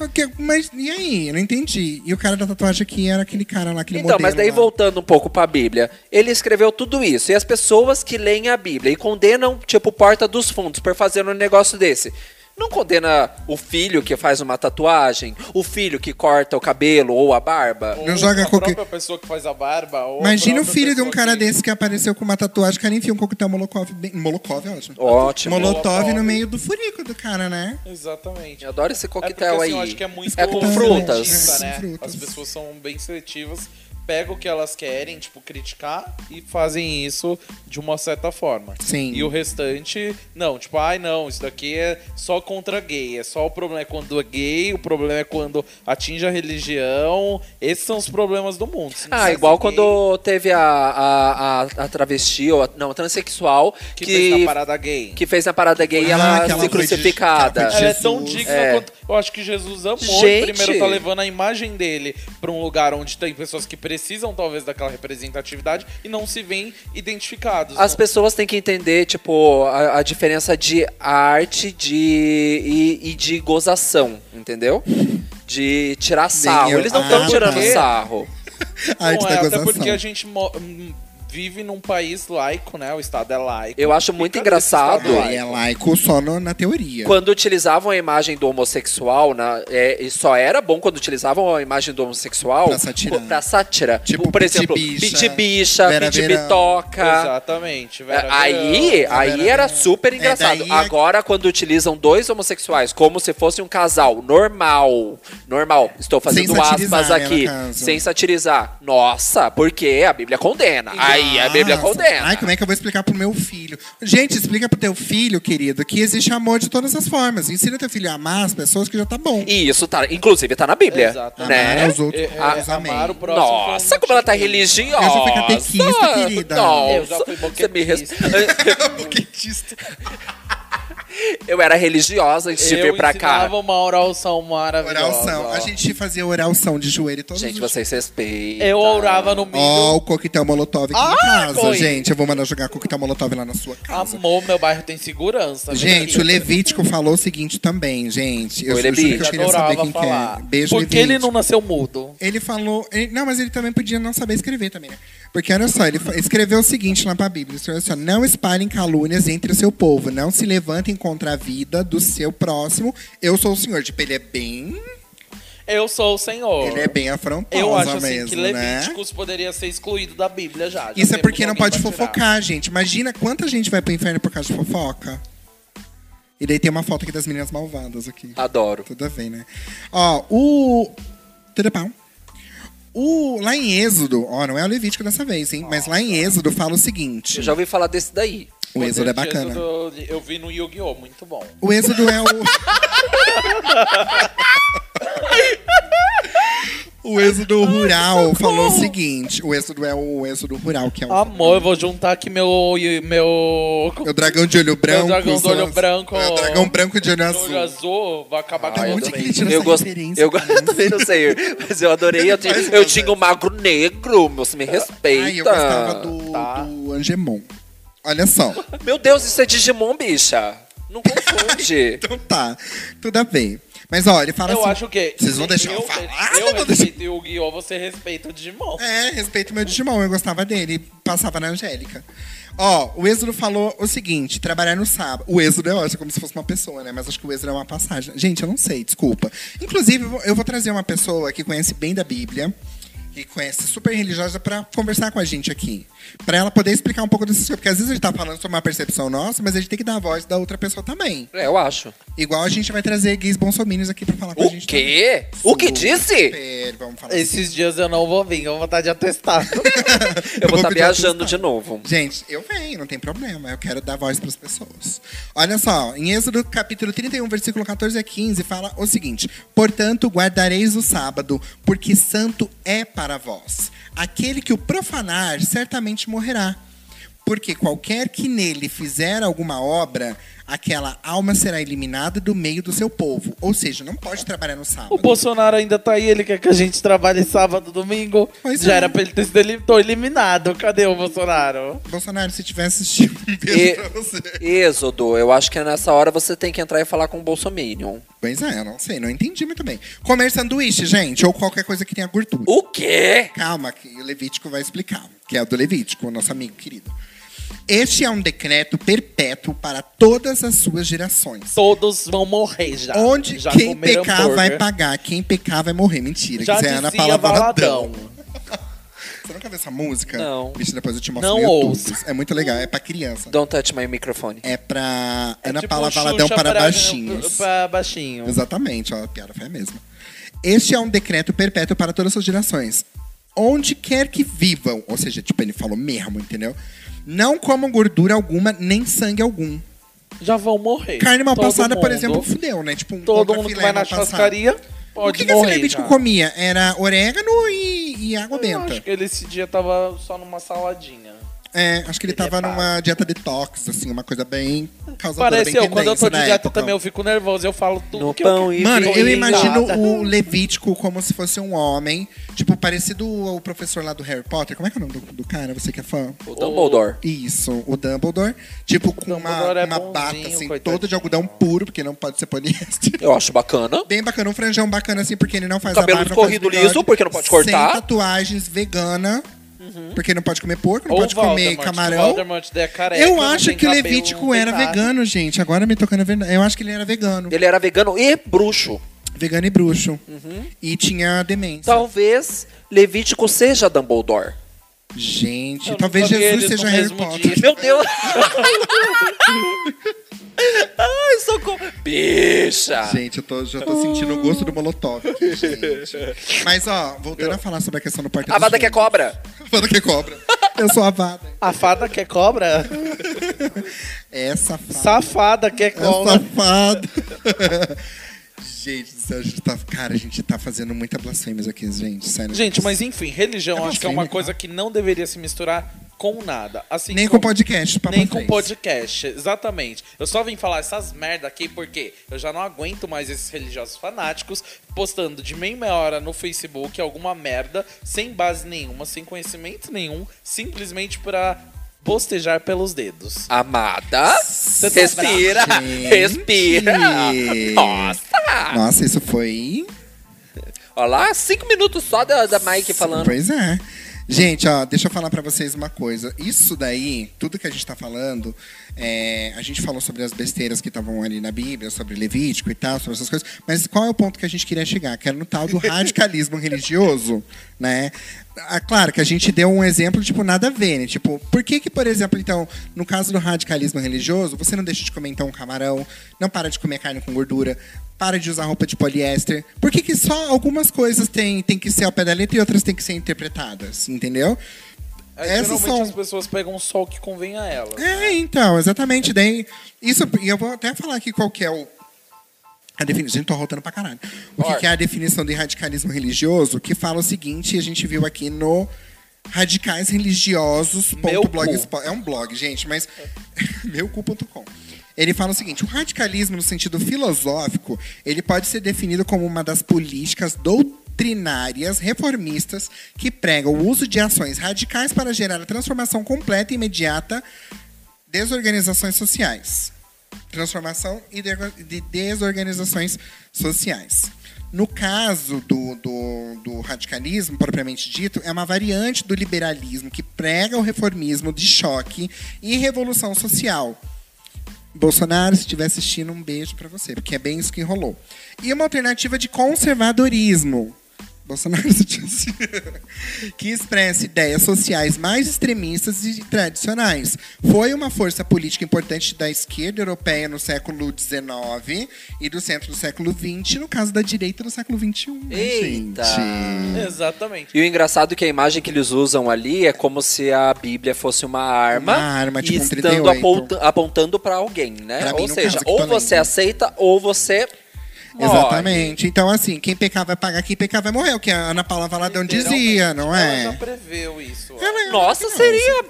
Speaker 2: Ok, mas e aí? Eu não entendi. E o cara da tatuagem aqui era aquele cara lá, aquele
Speaker 3: Então,
Speaker 2: modelo
Speaker 3: mas daí
Speaker 2: lá.
Speaker 3: voltando um pouco pra Bíblia, ele escreveu tudo isso. E as pessoas que leem a Bíblia e condenam, tipo, porta dos fundos por fazer um negócio desse. Não condena o filho que faz uma tatuagem, o filho que corta o cabelo ou a barba.
Speaker 2: Não joga
Speaker 1: a
Speaker 2: qualquer-
Speaker 1: própria pessoa que faz a barba. ou a
Speaker 2: Imagina o
Speaker 1: própria
Speaker 2: filho de um
Speaker 1: pessoa
Speaker 2: cara
Speaker 1: que-
Speaker 2: desse que apareceu com uma tatuagem, o cara enfia um coquetel Molotov. Bem... Molotov é ótimo.
Speaker 3: Ótimo.
Speaker 2: Molotov
Speaker 1: Molotov.
Speaker 2: no meio do furico do cara, né?
Speaker 1: Exatamente.
Speaker 3: Eu adoro esse
Speaker 1: É porque,
Speaker 3: coquetel
Speaker 1: assim,
Speaker 3: aí.
Speaker 1: eu acho que é muito
Speaker 3: É com
Speaker 2: Coquetel,
Speaker 3: frutas.
Speaker 1: elitista,
Speaker 2: É,
Speaker 1: né?
Speaker 2: frutas.
Speaker 1: As pessoas são bem seletivas, pegam o que elas querem, tipo, criticar e fazem isso de uma certa forma.
Speaker 2: Sim.
Speaker 1: E o restante, não, tipo, ai não, isso daqui é só contra gay. É só o problema é quando é gay, o problema é quando atinge a religião. Esses são os problemas do mundo. Se não
Speaker 3: Ah,
Speaker 1: fosse
Speaker 3: igual
Speaker 1: gay,
Speaker 3: quando teve a, a, a, a travesti, ou a, não, a transexual,
Speaker 1: que,
Speaker 3: que,
Speaker 1: fez na parada gay.
Speaker 3: que fez na parada gay e
Speaker 2: Ah,
Speaker 3: ela
Speaker 2: que ela foi
Speaker 3: ser
Speaker 2: de-
Speaker 3: crucificada.
Speaker 2: que
Speaker 1: Ela é tão
Speaker 2: Jesus.
Speaker 1: digna
Speaker 3: É.
Speaker 1: quanto. Eu acho que Jesus amou
Speaker 3: Gente!
Speaker 1: e primeiro tá levando a imagem dele pra um lugar onde tem pessoas que precisam, talvez, daquela representatividade e não se veem identificados.
Speaker 3: As
Speaker 1: Não-
Speaker 3: pessoas têm que entender, tipo, a, a diferença de arte de, e, e de gozação, entendeu? De tirar sarro.
Speaker 2: eu-
Speaker 3: Eles não
Speaker 2: Ah,
Speaker 3: estão
Speaker 2: tá.
Speaker 3: tirando sarro.
Speaker 2: A arte
Speaker 1: não
Speaker 3: tá
Speaker 2: da
Speaker 1: é, até
Speaker 2: gozação.
Speaker 1: porque a gente mo- hum, vive num país laico, né? O Estado é laico.
Speaker 3: Eu acho muito
Speaker 1: cadê esse
Speaker 3: engraçado.
Speaker 1: estado
Speaker 2: Ah, é laico só no- na teoria.
Speaker 3: Quando utilizavam a imagem do homossexual, na, é, e só era bom quando utilizavam a imagem do homossexual
Speaker 2: Pra satirar.
Speaker 3: co- pra sátira.
Speaker 2: Tipo,
Speaker 3: por
Speaker 2: Piti
Speaker 3: exemplo,
Speaker 2: Bicha,
Speaker 3: pitibicha,
Speaker 2: Vera Verão.
Speaker 3: pitibitoca.
Speaker 1: Exatamente. Vera
Speaker 3: É, Aí,
Speaker 1: Verão.
Speaker 3: aí
Speaker 2: Vera
Speaker 3: era
Speaker 2: Verão.
Speaker 3: super
Speaker 2: É,
Speaker 3: engraçado.
Speaker 2: daí é-
Speaker 3: Agora, quando utilizam dois homossexuais como se fosse um casal normal, normal, estou fazendo
Speaker 2: Sem satirizar,
Speaker 3: aspas
Speaker 2: né,
Speaker 3: aqui,
Speaker 2: no caso.
Speaker 3: sem satirizar. Nossa, porque a Bíblia condena. Aí a
Speaker 1: Ah,
Speaker 3: Bíblia
Speaker 2: Nossa.
Speaker 3: condena.
Speaker 2: Ai, como é que eu vou explicar pro meu filho? Gente, explica pro teu filho, querido, que existe amor de todas as formas. Ensina teu filho a amar as pessoas que já tá bom.
Speaker 3: E isso tá, inclusive, tá na Bíblia.
Speaker 1: Exatamente.
Speaker 3: Né?
Speaker 2: Amar os outros.
Speaker 1: É, é,
Speaker 2: Ah, amém.
Speaker 1: amar o próximo um
Speaker 3: Nossa, como ela tá religiosa.
Speaker 2: Eu já fui catequista, querida.
Speaker 3: Nossa,
Speaker 1: Eu já fui
Speaker 3: você me res-
Speaker 2: [LAUGHS] Boquetista.
Speaker 3: Eu era religiosa antes de
Speaker 1: Eu
Speaker 3: vir pra cá.
Speaker 1: ensinava uma oração maravilhosa.
Speaker 2: Oralção. A gente fazia oralção de joelho todos
Speaker 3: Gente,
Speaker 2: os
Speaker 3: vocês respeitam.
Speaker 1: Eu orava no milho.
Speaker 2: Ó, o coquetel molotov aqui
Speaker 1: Ah,
Speaker 2: em casa,
Speaker 1: coi.
Speaker 2: gente. Eu vou mandar jogar coquetel molotov lá na sua
Speaker 1: Ah,
Speaker 2: casa.
Speaker 1: Amor, meu bairro tem segurança.
Speaker 2: Gente, o
Speaker 1: Levi.
Speaker 2: Levítico falou o seguinte também, gente. Eu
Speaker 3: Oi,
Speaker 2: juro que eu
Speaker 3: Levítico.
Speaker 2: queria saber quem que é. Beijo,
Speaker 1: Por que
Speaker 2: Levítico.
Speaker 1: ele não nasceu mudo?
Speaker 2: Ele falou. ele- não, mas ele também podia não saber escrever também, né? Porque olha só, ele fa- escreveu o seguinte lá pra Bíblia: o senhor assim, ó, não espalhem calúnias entre o seu povo, não se levantem contra a vida do seu próximo. Eu sou o senhor. Tipo, ele é bem.
Speaker 1: eu sou o Senhor.
Speaker 2: Ele é bem afrontoso
Speaker 1: Eu acho assim
Speaker 2: mesmo,
Speaker 1: que
Speaker 2: né?
Speaker 1: Levíticos poderia ser excluído da Bíblia já. já
Speaker 2: Isso é
Speaker 1: temos
Speaker 2: porque não
Speaker 1: alguém
Speaker 2: pode
Speaker 1: pra tirar.
Speaker 2: fofocar, gente. Imagina quanta gente vai pro inferno por causa de fofoca. E daí tem uma foto aqui das meninas malvadas aqui.
Speaker 3: Adoro.
Speaker 2: Tudo bem, né? Ó, o. Tudo bom? O, lá em Êxodo, ó, não é o Levítico dessa vez, hein? Mas lá em Êxodo fala o seguinte.
Speaker 3: Eu já ouvi falar desse daí.
Speaker 2: O Êxodo é
Speaker 1: Poder de
Speaker 2: bacana.
Speaker 1: Êxodo, eu vi no Yu-Gi-Oh! Muito bom.
Speaker 2: O Êxodo é o. O êxodo rural falou o seguinte: o êxodo é o êxodo rural, que é o,
Speaker 1: Amor, eu vou juntar aqui meu. meu.
Speaker 2: é o dragão de olho branco.
Speaker 1: dragão do
Speaker 2: só-
Speaker 1: olho branco.
Speaker 2: É o dragão branco de olho azul. Ah,
Speaker 1: olho azul, vai acabar com
Speaker 2: Da
Speaker 1: tudo.
Speaker 2: onde que ele tirou
Speaker 3: Eu
Speaker 2: essa
Speaker 3: gosto.
Speaker 2: referência? né?
Speaker 3: Eu, go- eu também não sei, mas eu adorei. Eu, tinha- eu tinha o magro negro, você me respeita.
Speaker 2: Ai, eu gostava do,
Speaker 1: Tá.
Speaker 2: do Angemon. Olha só.
Speaker 3: Meu Deus, isso é Digimon, bicha. Não confunde.
Speaker 2: [LAUGHS] Então tá, tudo bem. Mas ó, ele fala
Speaker 1: Eu
Speaker 2: assim.
Speaker 1: acho que.
Speaker 2: Vocês vão
Speaker 1: se
Speaker 2: deixar eu
Speaker 1: eu
Speaker 2: falar?
Speaker 1: Eu
Speaker 2: Vou
Speaker 1: respeito o Yu-Gi-Oh! Você respeita o Digimon.
Speaker 2: É, respeito meu Digimon, eu gostava dele, passava na Angélica. Ó, o Êxodo falou o seguinte: trabalhar no sábado. O Êxodo é ótimo, como se fosse uma pessoa, né? Mas acho que o Êxodo é uma passagem. Gente, eu não sei, desculpa. Inclusive, eu vou- eu vou trazer uma pessoa que conhece bem da Bíblia, que conhece super religiosa, pra conversar com a gente aqui. Pra ela poder explicar um pouco dessas coisas. Porque às vezes a gente tá falando sobre uma percepção nossa, mas a gente tem que dar a voz da outra pessoa também.
Speaker 3: É, eu acho.
Speaker 2: Igual a gente vai trazer gays bolsominions aqui pra falar com a
Speaker 3: O
Speaker 2: gente. tá-
Speaker 3: quê? O que disse?
Speaker 2: Super, vamos falar
Speaker 1: Esses dias eu não vou vir, eu vou vontade de
Speaker 2: [LAUGHS]
Speaker 1: atestar.
Speaker 3: Eu vou estar
Speaker 2: pedir uma
Speaker 3: viajando de
Speaker 2: sugestão.
Speaker 3: novo.
Speaker 2: Gente, eu venho, não tem problema. Eu quero dar voz para as pessoas. Olha só, em Êxodo capítulo 31, versículo 14 a 15, fala o seguinte: Portanto, guardareis o sábado, porque santo é para vós. Aquele que o profanar certamente morrerá. Porque qualquer que nele fizer alguma obra, aquela alma será eliminada do meio do seu povo. Ou seja, não pode trabalhar no sábado.
Speaker 1: o Bolsonaro ainda tá aí, ele quer que a gente trabalhe sábado, domingo.
Speaker 2: Pois
Speaker 1: Já
Speaker 2: é.
Speaker 1: era pra ele ter sido elim- tô eliminado. Cadê o Bolsonaro?
Speaker 2: Bolsonaro, se tiver assistindo, um beijo
Speaker 3: E-
Speaker 2: pra você.
Speaker 3: Êxodo, eu acho que é nessa hora você tem que entrar e falar com o Bolsominion.
Speaker 2: Pois é, eu não sei, não entendi muito bem. Comer sanduíche, gente, ou qualquer coisa que tenha gordura.
Speaker 3: O quê?
Speaker 2: Calma, que o Levítico vai explicar, que é o do Levítico, o nosso amigo querido. Este é um decreto perpétuo para todas as suas gerações.
Speaker 1: Todos vão morrer já.
Speaker 2: Onde
Speaker 1: já
Speaker 2: quem
Speaker 1: comeram
Speaker 2: pecar
Speaker 1: hambúrguer.
Speaker 2: vai pagar, quem pecar vai morrer. Mentira,
Speaker 1: Já
Speaker 2: que isso é Ana
Speaker 1: dizia
Speaker 2: Paula
Speaker 1: Valadão.
Speaker 2: Valadão. Você nunca viu essa música?
Speaker 3: Não.
Speaker 2: Bicho, depois eu te mostro
Speaker 1: Não
Speaker 2: no YouTube.
Speaker 1: ouço.
Speaker 2: É muito legal, é pra criança.
Speaker 3: Don't touch my microfone.
Speaker 2: É pra Ana
Speaker 1: tipo
Speaker 2: Paula
Speaker 1: Xuxa
Speaker 2: Valadão para
Speaker 1: pra-
Speaker 2: baixinhos.
Speaker 1: Pra baixinho.
Speaker 2: Exatamente, ó, a piada foi a mesma. Este é um decreto perpétuo para todas as gerações. Onde quer que vivam, ou seja, tipo, ele falou mesmo, entendeu? Não comam gordura alguma, nem sangue algum.
Speaker 1: Já vão morrer.
Speaker 2: Carne mal
Speaker 1: Todo
Speaker 2: passada, por
Speaker 1: mundo.
Speaker 2: exemplo, fudeu, né? Tipo, um
Speaker 1: Todo mundo que
Speaker 2: contrafilé
Speaker 1: vai na
Speaker 2: mal passado.
Speaker 1: churrascaria
Speaker 2: O
Speaker 1: pode
Speaker 2: que, que esse
Speaker 1: morrer.
Speaker 2: levítico
Speaker 1: já.
Speaker 2: comia? Era orégano e, e água
Speaker 1: Eu
Speaker 2: benta.
Speaker 1: acho que ele esse dia tava só numa saladinha.
Speaker 2: É, acho que ele
Speaker 1: Ele é
Speaker 2: tava
Speaker 1: pago.
Speaker 2: numa dieta detox, assim, uma coisa bem causadora,
Speaker 1: Parece
Speaker 2: bem
Speaker 1: eu, quando eu tô
Speaker 2: tendência
Speaker 1: de
Speaker 2: na
Speaker 1: dieta
Speaker 2: época.
Speaker 1: também, eu fico nervoso. Eu falo tudo
Speaker 3: No
Speaker 1: que
Speaker 3: pão
Speaker 1: eu...
Speaker 3: e
Speaker 2: Mano, eu
Speaker 1: Foi
Speaker 2: imagino
Speaker 1: nada.
Speaker 2: o Levítico como se fosse um homem, tipo, parecido ao professor lá do Harry Potter. Como é que é o nome do, do cara? Você que é fã?
Speaker 3: O Dumbledore.
Speaker 2: Isso, o Dumbledore. Tipo, com
Speaker 1: Dumbledore
Speaker 2: uma,
Speaker 1: é
Speaker 2: uma
Speaker 1: bonzinho,
Speaker 2: bata, assim, toda de
Speaker 1: coitadinho.
Speaker 2: algodão puro, porque não pode
Speaker 1: [LAUGHS]
Speaker 2: ser poliéster.
Speaker 3: Eu acho bacana.
Speaker 2: Bem bacana, um franjão bacana, assim, porque ele não faz
Speaker 3: Cabelo
Speaker 2: a barba, não faz
Speaker 3: corrido
Speaker 2: bigode.
Speaker 3: liso, porque não pode cortar.
Speaker 2: Sem tatuagens, vegana,
Speaker 1: Uhum.
Speaker 2: porque não pode comer porco, não
Speaker 1: Ou
Speaker 2: pode comer
Speaker 1: Voldemort.
Speaker 2: camarão.
Speaker 1: Voldemort é careca,
Speaker 2: Eu
Speaker 1: não
Speaker 2: acho
Speaker 1: tem um
Speaker 2: que o
Speaker 1: cabelo, não
Speaker 2: Levítico
Speaker 1: tem
Speaker 2: era
Speaker 1: nada.
Speaker 2: é vegano, gente. Agora me tocando a verdade. Eu acho que ele era vegano.
Speaker 3: Ele era vegano e bruxo.
Speaker 1: Uhum.
Speaker 2: Vegano e bruxo. E tinha demência.
Speaker 3: Talvez Levítico seja Dumbledore.
Speaker 2: Gente,
Speaker 1: Eu
Speaker 2: talvez
Speaker 1: nunca vi
Speaker 2: Jesus
Speaker 1: eles
Speaker 2: seja
Speaker 1: no
Speaker 2: Harry
Speaker 1: mesmo
Speaker 2: Potter.
Speaker 1: dia.
Speaker 3: Meu Deus! Ai, socorro! Bicha!
Speaker 2: [LAUGHS] Gente, eu tô, já tô sentindo o gosto do Molotov aqui, gente. Mas, ó, voltando a falar sobre a questão do parto
Speaker 3: A Vada que é cobra.
Speaker 2: Avada que é cobra. Eu sou a Vada.
Speaker 1: A fada quer cobra?
Speaker 2: É safada.
Speaker 1: Safada quer
Speaker 2: É
Speaker 1: cobra.
Speaker 2: safada. gente, do céu, a gente tá, cara, a gente tá fazendo muita blasfêmias aqui, gente. Sério.
Speaker 1: Gente, mas enfim, religião
Speaker 2: Eu não
Speaker 1: acho que é
Speaker 2: sei,
Speaker 1: uma
Speaker 2: né,
Speaker 1: coisa
Speaker 2: cara?
Speaker 1: que não deveria se misturar com nada. Assim
Speaker 2: Nem com
Speaker 1: como-
Speaker 2: podcast, papo
Speaker 1: Nem com
Speaker 2: fez.
Speaker 1: podcast, exatamente. Eu só vim falar essas merda aqui porque eu já não aguento mais esses religiosos fanáticos postando de meia em meia hora no Facebook alguma merda, sem base nenhuma, sem conhecimento nenhum, simplesmente pra bostejar pelos dedos.
Speaker 3: Amada,
Speaker 1: tá
Speaker 3: respira,
Speaker 2: brava.
Speaker 3: respira.
Speaker 2: Gente.
Speaker 3: Nossa!
Speaker 2: Nossa, isso foi
Speaker 3: Olha lá, cinco minutos só da, da Mike falando.
Speaker 2: Pois é. Gente, ó, deixa eu falar pra vocês uma coisa. Isso daí, tudo que a gente tá falando, é, a gente falou sobre as besteiras que estavam ali na Bíblia, sobre Levítico e tal, sobre essas coisas. Mas qual é o ponto que a gente queria chegar? Que era no tal do radicalismo [LAUGHS] religioso, né? Ah, claro que a gente deu um exemplo, tipo, nada a ver, né? Tipo, por que que, por exemplo, então, no caso do radicalismo religioso, você não deixa de comer, então, um camarão, não para de comer carne com gordura, para de usar roupa de poliéster. Por que que só algumas coisas têm tem que ser ao pé da letra e outras têm que ser interpretadas, entendeu?
Speaker 1: Aí,
Speaker 2: Essas
Speaker 1: É geralmente
Speaker 2: são...
Speaker 1: as pessoas pegam só o que convém a elas.
Speaker 2: É, então, exatamente. Daí, isso, e eu vou até falar aqui qual que é o. A definição, gente, tô rotando pra caralho. O que,
Speaker 3: Bora.
Speaker 2: que é a definição de radicalismo religioso? Que fala o seguinte, a gente viu aqui no
Speaker 1: Meu cu.
Speaker 2: radicaisreligiosos.blogspot. É um blog, gente, mas [LAUGHS] meucu.com. Ele fala o seguinte: o radicalismo, no sentido filosófico, ele pode ser definido como uma das políticas doutrinárias reformistas que pregam o uso de ações radicais para gerar a transformação completa e imediata desorganizações sociais. Transformação e de- de desorganizações sociais. No caso do, do, do radicalismo, propriamente dito, é uma variante do liberalismo que prega o reformismo de choque e revolução social. Bolsonaro, se estiver assistindo, um beijo pra você, porque é bem isso que rolou. E uma alternativa de conservadorismo. Bolsonaro [LAUGHS] se estiver assistindo, que expressa ideias sociais mais extremistas e tradicionais. Foi uma força política importante da esquerda europeia no século XIX e do centro do século XX, no caso da direita do século XXI. né,
Speaker 3: Eita!
Speaker 2: gente?
Speaker 1: Exatamente.
Speaker 3: E o engraçado é que a imagem que eles usam ali é como se a Bíblia fosse uma arma,
Speaker 2: Uma arma,
Speaker 3: e
Speaker 2: tipo um
Speaker 3: estando
Speaker 2: 38.
Speaker 3: aponta- apontando pra alguém, né?
Speaker 2: Pra mim,
Speaker 3: ou
Speaker 2: no
Speaker 3: seja,
Speaker 2: caso, que tô
Speaker 3: ou
Speaker 2: lendo.
Speaker 3: você aceita ou você morre.
Speaker 2: Exatamente. Então, assim, quem pecar vai pagar, quem pecar vai morrer, o que a Ana Paula Valadão dizia, não é?
Speaker 1: Ela já preveu isso. ó.
Speaker 2: Ela é
Speaker 3: Nossa,
Speaker 2: maravilhosa.
Speaker 3: seria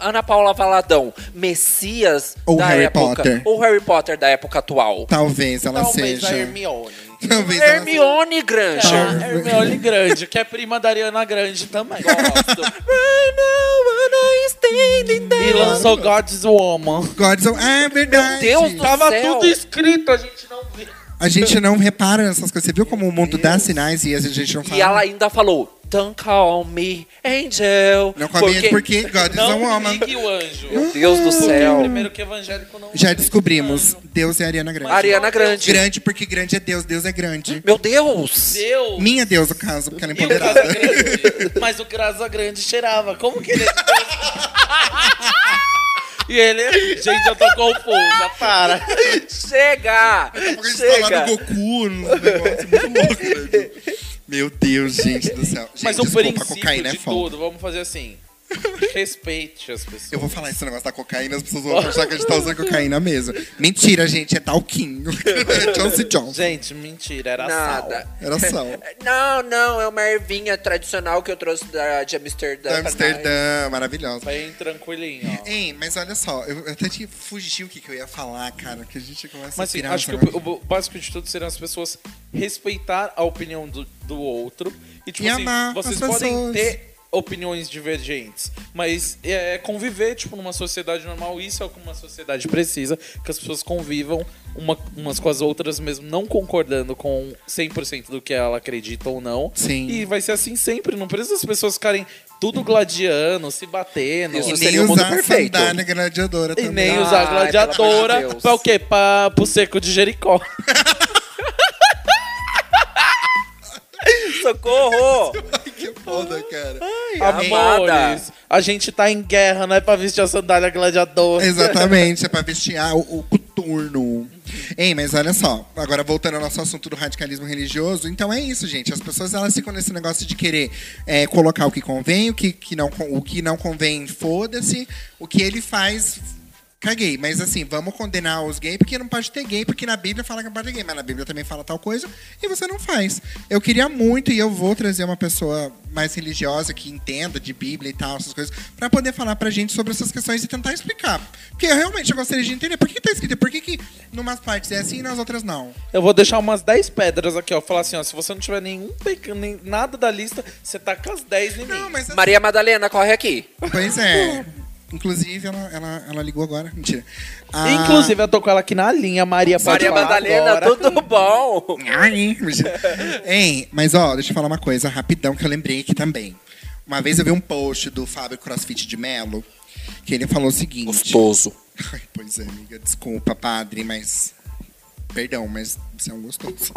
Speaker 3: a Ana Paula Valadão, Messias
Speaker 2: Ou
Speaker 3: da
Speaker 2: Harry
Speaker 3: época
Speaker 2: Potter.
Speaker 3: ou Harry Potter da época atual.
Speaker 2: Talvez ela
Speaker 1: Talvez
Speaker 2: seja.
Speaker 1: a Hermione.
Speaker 2: Talvez ela seja.
Speaker 3: Hermione Granger.
Speaker 1: É, a Hermione Grande, que é prima da Ariana Grande também.
Speaker 2: Tá.
Speaker 3: Gosto. Right now, when I stand in
Speaker 1: E
Speaker 3: the-
Speaker 1: lançou God's Woman.
Speaker 2: Gods of... Ah, é verdade.
Speaker 3: Deus do-
Speaker 1: Tava
Speaker 3: céu.
Speaker 1: tudo escrito, a gente não viu.
Speaker 2: A gente não repara nessas coisas. Você viu como o mundo dá sinais e a gente não fala?
Speaker 3: E ela ainda falou, don't call me angel.
Speaker 2: Não comenta porque, God is a
Speaker 1: Não
Speaker 2: woman.
Speaker 1: ligue o anjo. É,
Speaker 3: Meu Deus do céu.
Speaker 1: Primeiro que evangélico não
Speaker 2: Já
Speaker 1: liga o
Speaker 2: descobrimos.
Speaker 1: anjo.
Speaker 2: Deus é Ariana Grande.
Speaker 3: Ariana Grande.
Speaker 2: Grande porque grande é Deus. Deus é grande.
Speaker 3: Meu Deus.
Speaker 1: Deus.
Speaker 2: Minha Deus, no caso, porque ela é
Speaker 1: E o [LAUGHS] Casa
Speaker 2: empoderada.
Speaker 1: Grande. Mas o Casa Grande cheirava. Como que ele. é [LAUGHS] e ele. Gente, eu tô confusa, para.
Speaker 3: Chega!
Speaker 2: Porque eles
Speaker 3: Chega!
Speaker 2: falaram do Goku, num negócio muito louco. né? Meu Deus, gente do céu. Gente,
Speaker 1: Mas o
Speaker 2: desculpa, a
Speaker 1: princípio
Speaker 2: cocaína é
Speaker 1: de
Speaker 2: foda.
Speaker 1: tudo, vamos fazer assim. Respeite as pessoas.
Speaker 2: Eu vou falar esse negócio da cocaína, as pessoas vão achar que a gente tá usando cocaína mesmo. Mentira, gente, é talquinho. [LAUGHS] É Johnson Johnson.
Speaker 1: Gente, mentira, era
Speaker 3: Nada.
Speaker 1: sal.
Speaker 2: Era sal.
Speaker 3: Não, não, é uma ervinha tradicional que eu trouxe da, de Amsterdã. pra nós.
Speaker 2: Amsterdã, maravilhosa.
Speaker 1: Bem tranquilinho, ó.
Speaker 2: Ei, mas olha só, eu eu até te fugi o que, que eu ia falar, cara, que a gente começa
Speaker 1: Mas
Speaker 2: a
Speaker 1: assim,
Speaker 2: pirar
Speaker 1: acho que
Speaker 2: nessa
Speaker 1: o, o básico de tudo seriam as pessoas respeitar a opinião do, do outro. E, tipo
Speaker 2: E
Speaker 1: assim,
Speaker 2: amar
Speaker 1: vocês
Speaker 2: as
Speaker 1: podem
Speaker 2: pessoas.
Speaker 1: ter opiniões divergentes. Mas é, conviver, tipo, numa sociedade normal, isso é o que uma sociedade precisa. Que as pessoas convivam uma- umas com as outras, mesmo não concordando com 100% do que ela acredita ou não.
Speaker 2: Sim.
Speaker 1: E vai ser assim sempre. Não precisa as pessoas ficarem tudo gladiando, se batendo.
Speaker 3: Isso
Speaker 2: E nem
Speaker 3: seria o mundo
Speaker 2: usar a
Speaker 3: perfeito.
Speaker 2: sandália gladiadora
Speaker 1: E
Speaker 2: também.
Speaker 1: nem
Speaker 3: Ai,
Speaker 1: usar a
Speaker 3: pelo amor de
Speaker 1: gladiadora
Speaker 3: Deus.
Speaker 1: pra o quê? Pra, pro seco de Jericó.
Speaker 3: [LAUGHS] Socorro!
Speaker 2: Que foda, cara.
Speaker 1: Amores,
Speaker 3: amada.
Speaker 1: a gente tá em guerra, não é pra vestir a sandália gladiadora.
Speaker 2: Exatamente, é pra vestir ah, o, o coturno. Ei, mas olha só, agora voltando ao nosso assunto do radicalismo religioso, então é isso, gente. As pessoas elas ficam nesse negócio de querer é, colocar o que convém, o que, que não, con- o que não convém, foda-se. O que ele faz, caguei. Mas assim, vamos condenar os gays porque não pode ter gay, porque na Bíblia fala que não pode ter gay, mas na Bíblia também fala tal coisa e você não faz. Eu queria muito, e eu vou trazer uma pessoa mais religiosa que entenda de Bíblia e tal, essas coisas, pra poder falar pra gente sobre essas questões e tentar explicar. Porque eu realmente eu gostaria de entender por que que tá escrito, por que, que numas partes é assim e nas outras não.
Speaker 1: Eu vou deixar umas 10 pedras aqui, ó. Falar assim, ó, se você não tiver nenhum pecado, nem nada da lista, você tá com as 10 em mim.
Speaker 2: Não, mas assim,
Speaker 3: Maria Madalena, corre aqui.
Speaker 2: Pois é. Inclusive, ela, ela, ela ligou agora. Mentira. Ah,
Speaker 1: Inclusive, eu tô com ela aqui na linha, Maria pode
Speaker 3: Maria
Speaker 1: falar
Speaker 3: Madalena,
Speaker 1: agora. [LAUGHS]
Speaker 3: tudo bom?
Speaker 2: Ai, mentira. Ei, mas ó, deixa eu falar uma coisa rapidão que eu lembrei aqui também. Uma vez eu vi um post do Fábio Crossfit de Melo, que ele falou o seguinte.
Speaker 3: Gostoso.
Speaker 2: Ai, pois é, amiga, desculpa, padre, mas. Perdão, mas você é um gostoso.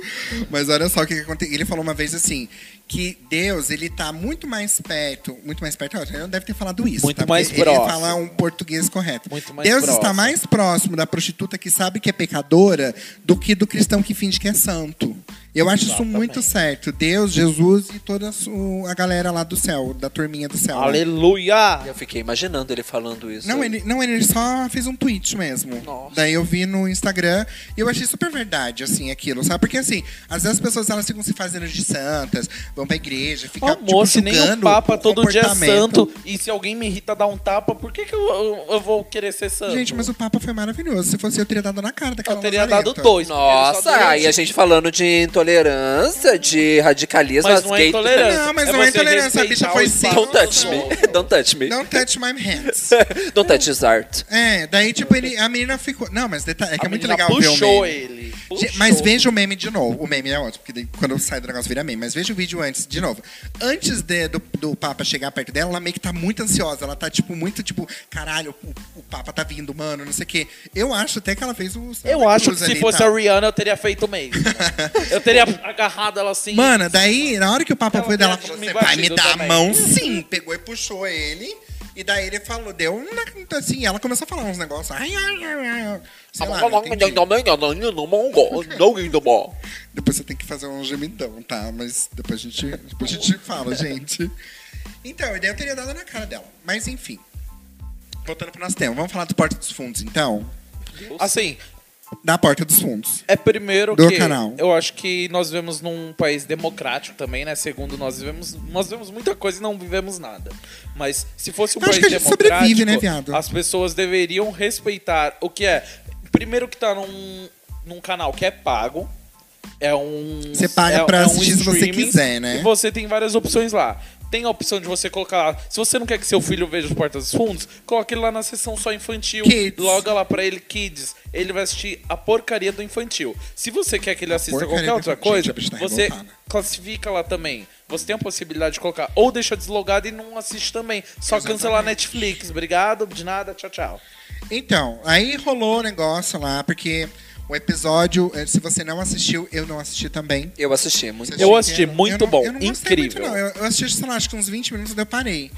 Speaker 2: Mas olha só o que, que aconteceu. Ele falou uma vez assim: que Deus, ele tá muito mais perto. Muito mais perto, ó, ele não deve ter falado isso.
Speaker 1: Muito
Speaker 2: tá?
Speaker 1: mais
Speaker 2: Porque
Speaker 1: próximo.
Speaker 2: Ele fala um português correto.
Speaker 1: Muito mais
Speaker 2: Deus está
Speaker 1: próximo.
Speaker 2: mais próximo da prostituta que sabe que é pecadora do que do cristão que finge que é santo. Eu acho isso muito certo. Deus, Jesus e toda a su- a galera lá do céu, da turminha do céu. né?
Speaker 1: Aleluia!
Speaker 3: Eu fiquei imaginando ele falando isso.
Speaker 2: Não ele, não, ele só fez um tweet mesmo.
Speaker 3: Nossa.
Speaker 2: Daí eu vi no Instagram e eu achei super verdade, assim, aquilo, sabe? Porque, assim, às vezes as pessoas elas ficam se fazendo de santas, vão pra igreja, ficam,
Speaker 1: Almoço,
Speaker 2: tipo,
Speaker 1: nem o
Speaker 2: julgando
Speaker 1: Papa
Speaker 2: o
Speaker 1: todo dia é
Speaker 2: comportamento.
Speaker 1: santo. E se alguém me irrita dar um tapa, por que, que eu, eu- eu vou querer ser santo?
Speaker 2: Gente, mas o Papa foi maravilhoso. Se fosse eu, teria dado na cara daquela
Speaker 1: eu teria
Speaker 2: lazarenta.
Speaker 1: dado dois. porque ele só
Speaker 3: Nossa,
Speaker 1: deu
Speaker 3: aí
Speaker 1: um.
Speaker 3: a gente falando de intolerância, de radicalismo,
Speaker 1: Mas
Speaker 3: as
Speaker 1: não é
Speaker 3: gays- [LAUGHS]
Speaker 1: intolerância.
Speaker 2: Não, mas
Speaker 1: É
Speaker 2: não é
Speaker 1: você
Speaker 2: intolerância, a bicha
Speaker 1: respeitar
Speaker 2: foi
Speaker 1: o espaço
Speaker 2: sim. É
Speaker 3: Don't touch
Speaker 1: do
Speaker 3: me.
Speaker 1: outro.
Speaker 3: Don't touch me.
Speaker 2: Don't touch my hands.
Speaker 3: [LAUGHS] Don't touch his art.
Speaker 2: É, daí, tipo, ele, a menina ficou. Não, mas detalhe, é que
Speaker 1: A
Speaker 2: é muito
Speaker 1: menina
Speaker 2: legal ver o
Speaker 1: puxou
Speaker 2: meme.
Speaker 1: ele.
Speaker 2: Gente,
Speaker 1: puxou.
Speaker 2: Mas veja o meme de novo. O meme é ótimo, porque daí quando sai do negócio vira meme. Mas veja o vídeo antes, de novo. Antes de- do, do Papa chegar perto dela, ela meio que tá muito ansiosa. Ela tá, tipo, muito, tipo, caralho, o, o Papa tá vindo, mano, não sei o quê. Eu acho até que ela fez o. Santa
Speaker 1: Eu acho que
Speaker 2: Cruz
Speaker 1: se
Speaker 2: ali,
Speaker 1: fosse
Speaker 2: tá?
Speaker 1: a Rihanna, eu teria feito o
Speaker 2: [LAUGHS]
Speaker 1: mesmo. eu teria agarrado ela assim.
Speaker 2: Mana, daí, na hora que o Papa
Speaker 1: Ela
Speaker 2: foi dela,
Speaker 1: teria
Speaker 2: falou:
Speaker 1: me
Speaker 2: você vai me
Speaker 1: batido
Speaker 2: dar
Speaker 1: também."
Speaker 2: a mão? Sim. Pegou e puxou ele. E daí ele falou, deu uma- assim, ela começou a falar uns negócios. Ai, ai, ai, ai. Sei lá, não entendi. Depois você tem que fazer um gemidão, tá? Mas depois a gente, depois a gente [LAUGHS] fala, gente. Então, a ideia eu teria dado na cara dela. Mas enfim. Voltando pro nosso tema, vamos falar do Porta dos Fundos, então?
Speaker 1: Assim,
Speaker 2: Da Porta dos Fundos.
Speaker 1: É primeiro
Speaker 2: Do
Speaker 1: que
Speaker 2: canal.
Speaker 1: eu acho que nós vivemos num país democrático também, né? Segundo nós vivemos, nós vivemos muita coisa e não vivemos nada. Mas se fosse um
Speaker 2: Eu
Speaker 1: país
Speaker 2: acho que a gente
Speaker 1: democrático,
Speaker 2: sobrevive, né, viado?
Speaker 1: as pessoas deveriam respeitar o que é. Primeiro que tá num, num canal que é pago. É um.
Speaker 2: Você paga
Speaker 1: é,
Speaker 2: pra
Speaker 1: é um
Speaker 2: assistir se você
Speaker 1: streaming,
Speaker 2: quiser, né?
Speaker 1: E você tem várias opções lá. Tem a opção de você colocar lá. Se você não quer que seu filho veja os portas dos fundos, coloque ele lá na seção só infantil.
Speaker 2: Kids.
Speaker 1: Logo Joga lá pra ele Kids, ele vai assistir a porcaria do infantil. Se você quer que ele assista
Speaker 2: porcaria
Speaker 1: qualquer
Speaker 2: do
Speaker 1: outra
Speaker 2: infantil.
Speaker 1: coisa,
Speaker 2: Gente, a bicha tá
Speaker 1: você
Speaker 2: revoltada.
Speaker 1: classifica lá também. Você tem a possibilidade de colocar ou deixa deslogado e não assiste também. Só
Speaker 2: Exatamente.
Speaker 1: cancelar a Netflix. Obrigado, de nada, tchau, tchau.
Speaker 2: Então, aí rolou o negócio lá, porque o episódio, eh, se você não assistiu, eu não assisti também.
Speaker 3: Eu assisti muito.
Speaker 1: Eu- assisti, muito
Speaker 2: não-
Speaker 1: bom,
Speaker 2: eu não gostei
Speaker 1: incrível.
Speaker 2: Muito, não. Eu, eu assisti, sei lá, acho que uns 20 minutos daí eu parei.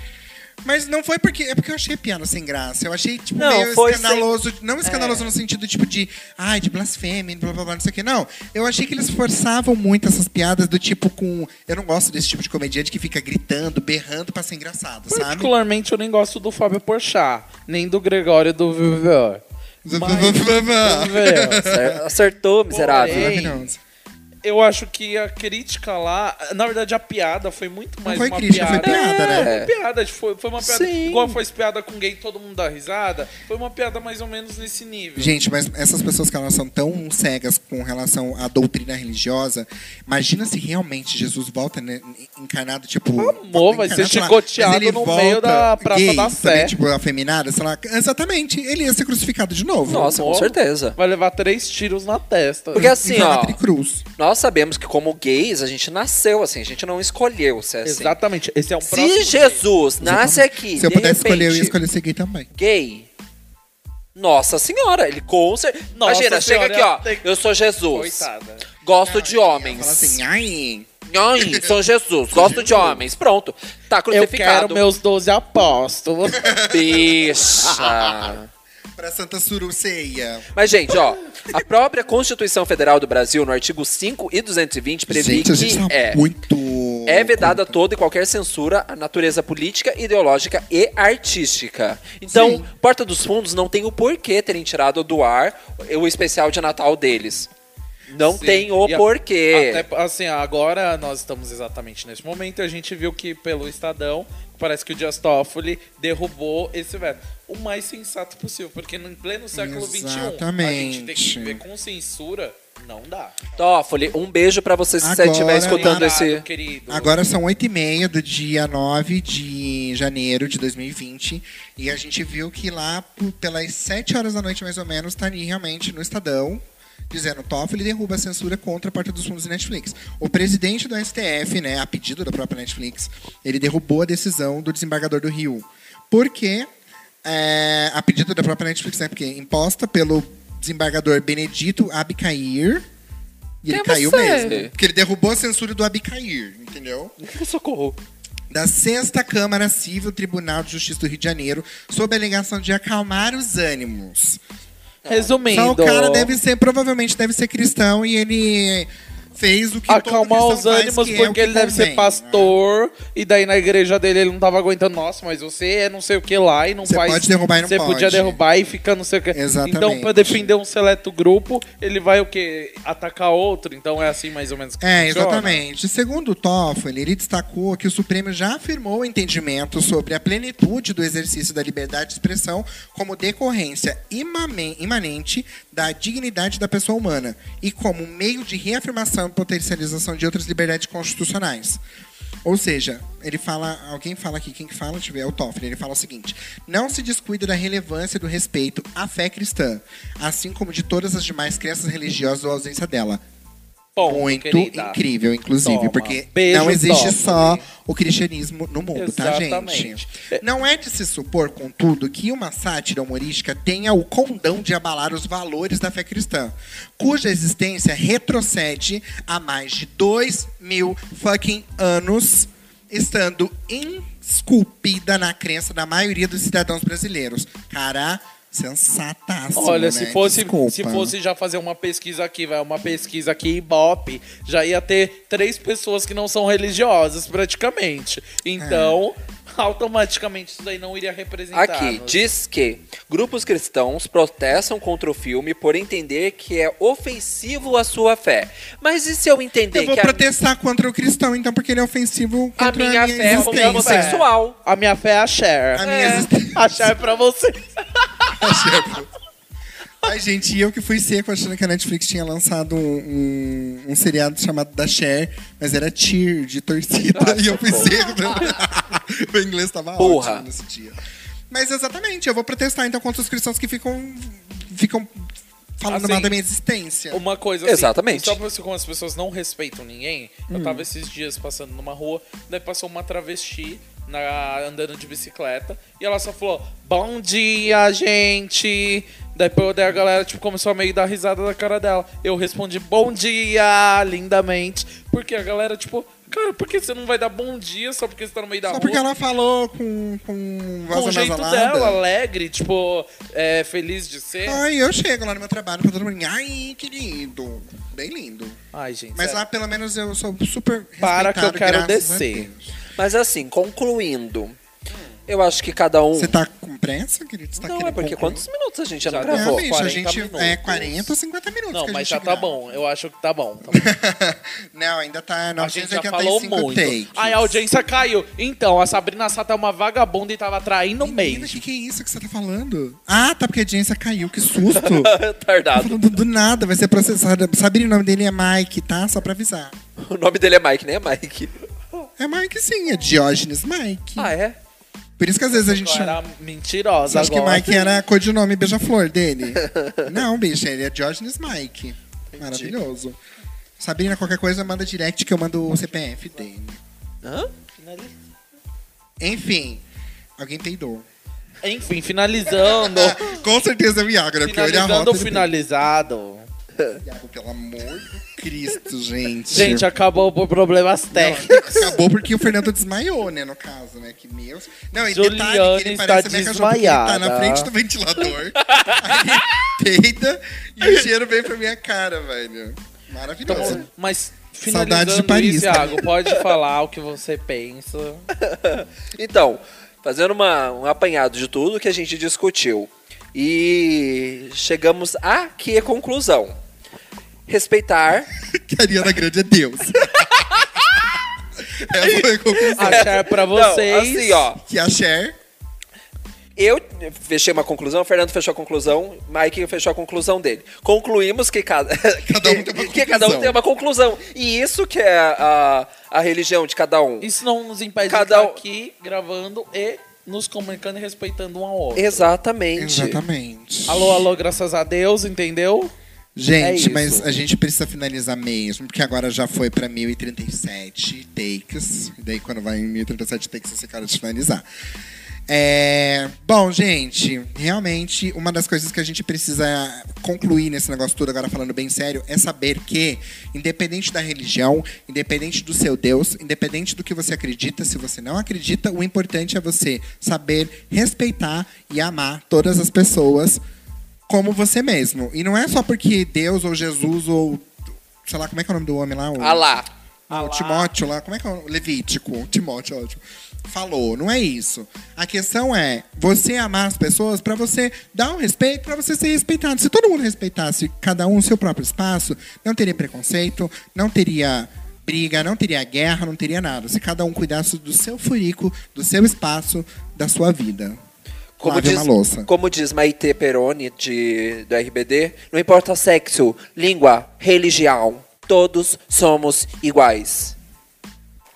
Speaker 2: Mas não foi porque. É porque eu achei piada sem graça. Eu achei, tipo,
Speaker 3: Não,
Speaker 2: meio
Speaker 3: foi
Speaker 2: escandaloso. Não
Speaker 1: É.
Speaker 2: escandaloso no sentido, tipo, de. Ai, de blasfêmia, blá blá blá, não sei o quê. Não. Eu achei que eles forçavam muito essas piadas do tipo com. Eu não gosto desse tipo de comediante que fica gritando, berrando pra ser engraçado, sabe?
Speaker 1: Particularmente, eu nem gosto do Fábio Porchat, nem do Gregório do Vivian. [LAUGHS]
Speaker 3: Acertou, miserável. né?
Speaker 1: Porém,
Speaker 2: Maravilhoso.
Speaker 1: Eu acho que a crítica lá, na verdade a piada foi muito mais
Speaker 2: foi
Speaker 1: uma
Speaker 2: crítica, foi
Speaker 1: piada.
Speaker 2: piada, né?
Speaker 1: É, foi piada, foi, foi uma piada.
Speaker 3: Sim.
Speaker 1: Igual foi piada com gay, todo mundo dá risada. Foi uma piada mais ou menos nesse nível.
Speaker 2: Gente, mas essas pessoas que elas são tão cegas com relação à doutrina religiosa, imagina se realmente Jesus volta né, encarnado, tipo.
Speaker 1: Amor, vai ser
Speaker 2: encarnado, sei lá,
Speaker 1: chicoteado
Speaker 2: mas ele
Speaker 1: no
Speaker 2: volta
Speaker 1: meio da Praça
Speaker 2: gay,
Speaker 1: da
Speaker 2: sabe,
Speaker 1: Sé.
Speaker 2: Tipo, afeminado, sei lá. Exatamente, ele ia ser crucificado de novo.
Speaker 3: Nossa, com
Speaker 1: Amor.
Speaker 3: certeza.
Speaker 1: Vai levar três tiros na testa.
Speaker 3: Porque
Speaker 2: Em
Speaker 3: assim,
Speaker 2: forma
Speaker 3: ó,
Speaker 2: tricruz.
Speaker 3: nós sabemos que como gays, a gente nasceu assim, a gente não escolheu ser assim.
Speaker 1: Exatamente. Esse é um próximo.
Speaker 3: Se Jesus nasce
Speaker 2: Tipo,
Speaker 3: aqui,
Speaker 2: Se eu
Speaker 3: de
Speaker 2: pudesse
Speaker 3: repente,
Speaker 2: escolher, eu ia escolher seguir também.
Speaker 3: gay. Nossa senhora, ele com certeza.
Speaker 1: Nossa
Speaker 3: Imagina,
Speaker 1: Senhora,
Speaker 3: chega aqui, ó.
Speaker 1: tem-
Speaker 3: Eu sou Jesus.
Speaker 1: Coitada.
Speaker 3: Gosto de
Speaker 2: Fala
Speaker 3: homens.
Speaker 2: assim, ai. [LAUGHS]
Speaker 3: Ai, sou Jesus. Gosto de homens. Pronto. Tá
Speaker 1: Eu
Speaker 3: crucificado.
Speaker 1: quero
Speaker 3: [LAUGHS]
Speaker 1: meus 12 apóstolos.
Speaker 3: Bicha.
Speaker 2: Pra Santa Suruceia.
Speaker 3: Mas, gente, ó, a própria Constituição Federal do Brasil, no artigo 5 e 220, prevê
Speaker 2: Gente, a gente tá
Speaker 3: que é,
Speaker 2: muito.
Speaker 3: é vedada toda e qualquer censura à natureza política, ideológica e artística. Então,
Speaker 2: Sim.
Speaker 3: Porta dos Fundos não tem o porquê terem tirado do ar o especial de Natal deles. Não
Speaker 1: Sim.
Speaker 3: tem o
Speaker 1: E a-
Speaker 3: porquê.
Speaker 1: Até, assim, agora nós estamos exatamente nesse momento e a gente viu que pelo Estadão, parece que o Dias Toffoli derrubou esse veto. O mais sensato possível, porque no pleno século XXI, a gente tem que
Speaker 2: Exatamente.
Speaker 1: viver com censura, não dá.
Speaker 3: Toffoli, um beijo pra você se você
Speaker 2: Agora,
Speaker 3: estiver escutando
Speaker 1: Obrigado,
Speaker 3: esse.
Speaker 1: Querido.
Speaker 2: Agora são 8 e meia do dia 9 de janeiro de 2020 e a gente viu que lá p- pelas 7 horas da noite, mais ou menos, tá ali realmente no Estadão dizendo Toffoli derruba a censura contra a Porta dos Fundos e Netflix. O presidente do STF, né, a pedido da própria Netflix, ele derrubou a decisão do desembargador do Rio. Porque, é, a pedido da própria Netflix, né, porque imposta pelo desembargador Benedito Abicair, e
Speaker 4: Quem
Speaker 2: ele
Speaker 4: é
Speaker 2: caiu
Speaker 4: você?
Speaker 2: mesmo. Porque ele derrubou a censura do Abicair, entendeu?
Speaker 3: Socorro.
Speaker 2: da Sexta Câmara Civil Tribunal de Justiça do Rio de Janeiro sob a alegação de acalmar os ânimos.
Speaker 1: Resumindo.
Speaker 2: Então o cara deve ser, provavelmente deve ser cristão e ele fez o que todo
Speaker 1: acalmar
Speaker 2: cristão
Speaker 1: os
Speaker 2: faz,
Speaker 1: ânimos
Speaker 2: que é o
Speaker 1: porque
Speaker 2: que
Speaker 1: ele deve ser
Speaker 2: convém.
Speaker 1: pastor e daí na igreja dele ele não tava aguentando nossa mas você é não sei o que lá e não
Speaker 2: Você
Speaker 1: faz
Speaker 2: pode derrubar e não
Speaker 1: você podia
Speaker 2: pode."
Speaker 1: derrubar e fica não sei o que
Speaker 2: Exatamente.
Speaker 1: então pra defender um seleto grupo ele vai o que atacar outro então é assim mais ou menos que
Speaker 2: É,
Speaker 1: funciona.
Speaker 2: exatamente. Segundo o Toffoli, ele destacou que o Supremo já afirmou o entendimento sobre a plenitude do exercício da liberdade de expressão como decorrência imame- imanente da dignidade da pessoa humana e como meio de reafirmação e potencialização de outras liberdades constitucionais. Ou seja, ele fala, alguém fala aqui, quem que fala, deixa eu ver, é o Toffoli, ele fala o seguinte: não se descuida da relevância do respeito à fé cristã, assim como de todas as demais crenças religiosas ou ausência dela
Speaker 1: Ponto,
Speaker 2: muito
Speaker 1: querida.
Speaker 2: incrível, inclusive,
Speaker 1: Toma.
Speaker 2: porque
Speaker 1: Beijo,
Speaker 2: não existe
Speaker 1: Toffoli.
Speaker 2: só o cristianismo no mundo, tá, gente?
Speaker 1: Exatamente. É.
Speaker 2: Não é de se supor, contudo, que uma sátira humorística tenha o condão de abalar os valores da fé cristã, cuja existência retrocede a mais de dois mil fucking anos, estando esculpida na crença da maioria dos cidadãos brasileiros. Cara, sensataço.
Speaker 1: Olha,
Speaker 2: né?
Speaker 1: se fosse,
Speaker 2: Desculpa.
Speaker 1: se fosse já fazer uma pesquisa aqui, vai, uma pesquisa aqui Ibope, já ia ter três pessoas que não são religiosas, praticamente.
Speaker 2: É.
Speaker 1: Então, automaticamente isso daí não iria representar.
Speaker 3: Aqui,
Speaker 1: nos-
Speaker 3: diz que grupos cristãos protestam contra o filme por entender que é ofensivo à sua fé. Mas e se eu entender
Speaker 2: Eu vou
Speaker 3: que a,
Speaker 2: protestar contra o cristão, então, porque ele é ofensivo
Speaker 3: a
Speaker 2: contra
Speaker 3: minha fé é
Speaker 2: existência. [LAUGHS]
Speaker 3: homossexual?
Speaker 1: A minha fé é a Cher.
Speaker 2: A minha existência.
Speaker 1: A Cher é pra você.
Speaker 2: Tá Ai, gente, e eu que fui seco achando que a Netflix tinha lançado um, um, um seriado chamado Da Cher, mas era Cheer, de torcida,
Speaker 1: Ah,
Speaker 2: e eu fui seco. [LAUGHS] Meu inglês tava
Speaker 3: Porra.
Speaker 2: ótimo nesse dia. Mas exatamente, eu vou protestar, então, contra os cristãos que ficam, ficam falando
Speaker 1: Assim,
Speaker 2: mal da minha existência.
Speaker 1: Uma coisa assim,
Speaker 3: Exatamente.
Speaker 1: Só pra você como as pessoas não respeitam ninguém, eu tava esses dias passando numa rua, daí passou uma travesti na, andando de bicicleta e ela só falou: Bom dia, gente! Daí, pô, daí a galera tipo, começou a meio dar risada da cara dela. Eu respondi bom dia, lindamente. Porque a galera, tipo, cara, por que você não vai dar bom dia só porque você tá no meio da
Speaker 2: Só
Speaker 1: rua?
Speaker 2: porque ela falou com, com voz
Speaker 1: Com o jeito
Speaker 2: anasalada.
Speaker 1: dela, alegre, tipo, é, feliz de ser.
Speaker 2: Ai, eu chego lá no meu trabalho pra todo mundo. Ai, que lindo. Bem lindo.
Speaker 1: Ai, gente.
Speaker 2: Mas
Speaker 1: sério.
Speaker 2: lá pelo menos eu sou super
Speaker 1: Para que eu
Speaker 2: respeitado,
Speaker 1: quero
Speaker 2: graças a
Speaker 1: descer.
Speaker 2: Deus.
Speaker 3: Mas assim, concluindo, eu acho que cada um.
Speaker 2: Você tá com pressa, querido? Você tá
Speaker 3: Não, é
Speaker 2: querendo
Speaker 3: porque
Speaker 2: concluir?
Speaker 3: quantos minutos a gente já
Speaker 1: Já
Speaker 3: não
Speaker 2: É,
Speaker 3: [LAUGHS] gravou?
Speaker 1: deu.
Speaker 2: bicho, a
Speaker 1: 40
Speaker 2: gente é
Speaker 1: minutos.
Speaker 2: 40, 50 minutos.
Speaker 1: Não,
Speaker 2: que a
Speaker 1: mas já
Speaker 2: gente
Speaker 1: tá
Speaker 2: grava.
Speaker 1: bom. Eu acho que tá bom. Tá bom.
Speaker 2: [LAUGHS] Não, ainda tá
Speaker 1: A gente já
Speaker 2: 985
Speaker 1: falou muito.
Speaker 2: takes.
Speaker 1: Aí a audiência caiu. Então, a Sabrina Sato é uma vagabunda e tava traindo
Speaker 2: Menina,
Speaker 1: mesmo.
Speaker 2: que que é isso que você tá falando? Ah, tá, porque a audiência caiu, que susto.
Speaker 1: [LAUGHS]
Speaker 2: Tá
Speaker 3: Tardado.
Speaker 2: falando do nada, vai ser processada. Sabe, o nome dele é Mike, tá? Só pra avisar.
Speaker 3: O nome dele é Mike, né? Mike.
Speaker 2: É Mike sim, é Diógenes Mike.
Speaker 3: Ah, é?
Speaker 2: Por isso que às vezes a gente
Speaker 1: Ela
Speaker 2: chama...
Speaker 1: Era mentirosa
Speaker 2: acho
Speaker 1: agora.
Speaker 2: que Mike era codinome beija-flor dele. [LAUGHS] Não, bicho, ele é Diógenes Mike. Maravilhoso. Sabrina, qualquer coisa, manda direct que eu mando o CPF dele.
Speaker 3: Hã?
Speaker 2: Enfim, alguém peidou. Ah,
Speaker 1: Enfim,
Speaker 2: [LAUGHS]
Speaker 1: finalizando.
Speaker 2: Com certeza é Viagra, porque eu olhei a
Speaker 1: finalizando
Speaker 2: rota
Speaker 1: o
Speaker 2: ele
Speaker 1: finalizado.
Speaker 2: peidou. Viagra, Pelo amor de
Speaker 1: [LAUGHS]
Speaker 2: Cristo, gente.
Speaker 1: Gente, acabou por problemas
Speaker 2: Não,
Speaker 1: técnicos.
Speaker 2: acabou porque o Fernando desmaiou, né, no caso, né? Que meu. Não, e
Speaker 1: Juliane
Speaker 2: detalhe que ele
Speaker 1: está
Speaker 2: parece a minha cachorra porque ele tá na
Speaker 1: desmaiada.
Speaker 2: frente do ventilador. [LAUGHS] aí peida e o cheiro vem pra minha cara, velho. Maravilhoso.
Speaker 1: Então, mas
Speaker 2: Saudades de
Speaker 1: finalizando
Speaker 2: Paris. né?
Speaker 1: isso, Thiago, pode falar o que você pensa.
Speaker 3: Então, fazendo uma- um apanhado de tudo que a gente discutiu. E chegamos a que conclusão? Respeitar.
Speaker 2: [LAUGHS] que a Ariana Grande é Deus. [LAUGHS] Essa foi a conclusão.
Speaker 1: Achar pra vocês.
Speaker 3: [LAUGHS] Não, assim, ó.
Speaker 2: Que a Cher.
Speaker 3: Eu fechei uma conclusão, o Fernando fechou a conclusão, Mike fechou a conclusão dele. Concluímos que cada, [LAUGHS]
Speaker 2: Cada um tem uma
Speaker 3: que,
Speaker 2: conclusão.
Speaker 3: cada um tem uma conclusão. E isso que é a, a religião de cada um.
Speaker 1: Isso não nos impede
Speaker 3: Cada
Speaker 1: de
Speaker 3: um-
Speaker 1: estar aqui gravando e nos comunicando e respeitando um ao outro.
Speaker 3: Exatamente.
Speaker 2: Exatamente.
Speaker 1: Alô, alô, graças a Deus, entendeu? É
Speaker 2: Gente,
Speaker 1: isso.
Speaker 2: mas a gente precisa finalizar mesmo, porque agora já foi pra 1037 takes. E daí quando vai em 1037 takes, você cara de finalizar. É, Bom, gente, realmente uma das coisas que a gente precisa concluir nesse negócio todo, agora falando bem sério, é saber que, independente da religião, independente do seu Deus, independente do que você acredita, se você não acredita, o importante é você saber respeitar e amar todas as pessoas como você mesmo. E não é só porque Deus ou Jesus ou. Sei lá, como é que é o nome do homem lá? O-
Speaker 3: Ah lá.
Speaker 2: o Timóteo lá, como é que é o Levítico? Timóteo, ótimo. Falou, não é isso. A questão é você amar as pessoas pra você dar um respeito, pra você ser respeitado. Se todo mundo respeitasse cada um o seu próprio espaço, não teria preconceito, não teria briga, não teria guerra, não teria nada. Se cada um cuidasse do seu furico, do seu espaço, da sua vida.
Speaker 3: Como
Speaker 2: Lave
Speaker 3: diz,
Speaker 2: uma louça.
Speaker 3: como diz Maite Peroni de, do RBD, não importa sexo, língua, religião, todos somos iguais.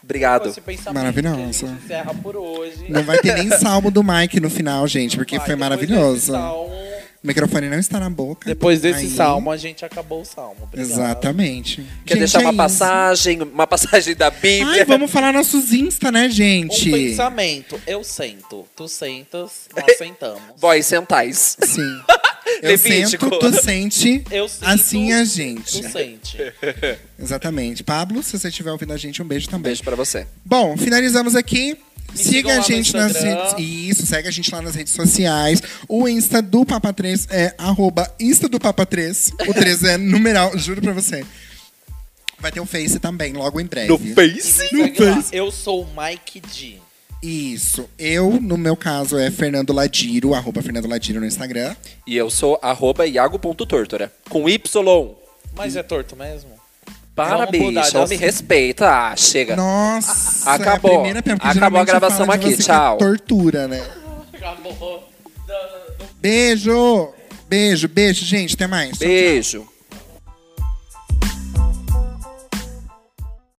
Speaker 3: Obrigado.
Speaker 1: Esse pensamento
Speaker 2: Maravilhoso.
Speaker 1: que a gente encerra por hoje.
Speaker 2: Não vai ter nem salmo do Mike no final, gente, porque
Speaker 1: Vai,
Speaker 2: foi
Speaker 1: depois desse
Speaker 2: maravilhoso.
Speaker 1: salmo-
Speaker 2: O microfone não está na boca.
Speaker 1: Depois desse
Speaker 2: Aí-
Speaker 1: salmo, a gente acabou o salmo. Obrigado.
Speaker 2: Exatamente.
Speaker 3: Quer
Speaker 2: Gente,
Speaker 3: deixar
Speaker 2: é
Speaker 3: uma
Speaker 2: isso.
Speaker 3: passagem, uma passagem da Bíblia?
Speaker 2: Ai, vamos falar nossos Insta, né, gente?
Speaker 1: Um pensamento. Eu sento. Tu sentas, nós sentamos.
Speaker 3: Vós sentais.
Speaker 1: [LAUGHS]
Speaker 2: Sim. Eu
Speaker 3: Levítico.
Speaker 2: sento, tu sente.
Speaker 1: Eu sinto,
Speaker 2: assim a
Speaker 1: Tu
Speaker 2: gente. [LAUGHS]
Speaker 1: sente.
Speaker 2: Exatamente. Pablo, se você estiver ouvindo a gente, um beijo também.
Speaker 3: Beijo pra você.
Speaker 2: Bom, finalizamos aqui.
Speaker 1: sigam
Speaker 2: Siga
Speaker 1: lá
Speaker 2: a
Speaker 1: no
Speaker 2: gente nas
Speaker 1: Instagram.
Speaker 2: redes. Isso, segue a gente lá nas redes sociais. O Insta do Papa 3 é arroba Insta do Papa 3. O
Speaker 1: [LAUGHS]
Speaker 2: 3 é numeral, juro pra você. Vai ter o Face também, logo em
Speaker 3: É
Speaker 2: breve.
Speaker 3: Face?
Speaker 2: No
Speaker 1: Segue lá.
Speaker 2: Face.
Speaker 1: Eu sou o Mike D.
Speaker 2: Isso. Eu, no meu caso, é Fernando Ladiro, arroba Fernando Ladiro no Instagram.
Speaker 3: E eu sou arroba iago.tortora. Com Y.
Speaker 1: Mas é torto mesmo?
Speaker 3: Para,
Speaker 1: Vamos mudar de
Speaker 3: bicho. Me
Speaker 1: assunto.
Speaker 3: respeita. Ah, chega.
Speaker 2: Nossa,
Speaker 3: Acabou.
Speaker 2: É a primeira pergunta,
Speaker 3: Acabou a
Speaker 2: geralmente
Speaker 3: gravação
Speaker 2: fala de
Speaker 3: aqui,
Speaker 2: você que
Speaker 3: tchau.
Speaker 2: É tortura, né?
Speaker 1: Acabou.
Speaker 2: Beijo! Beijo, beijo, gente. Até mais.
Speaker 3: Beijo.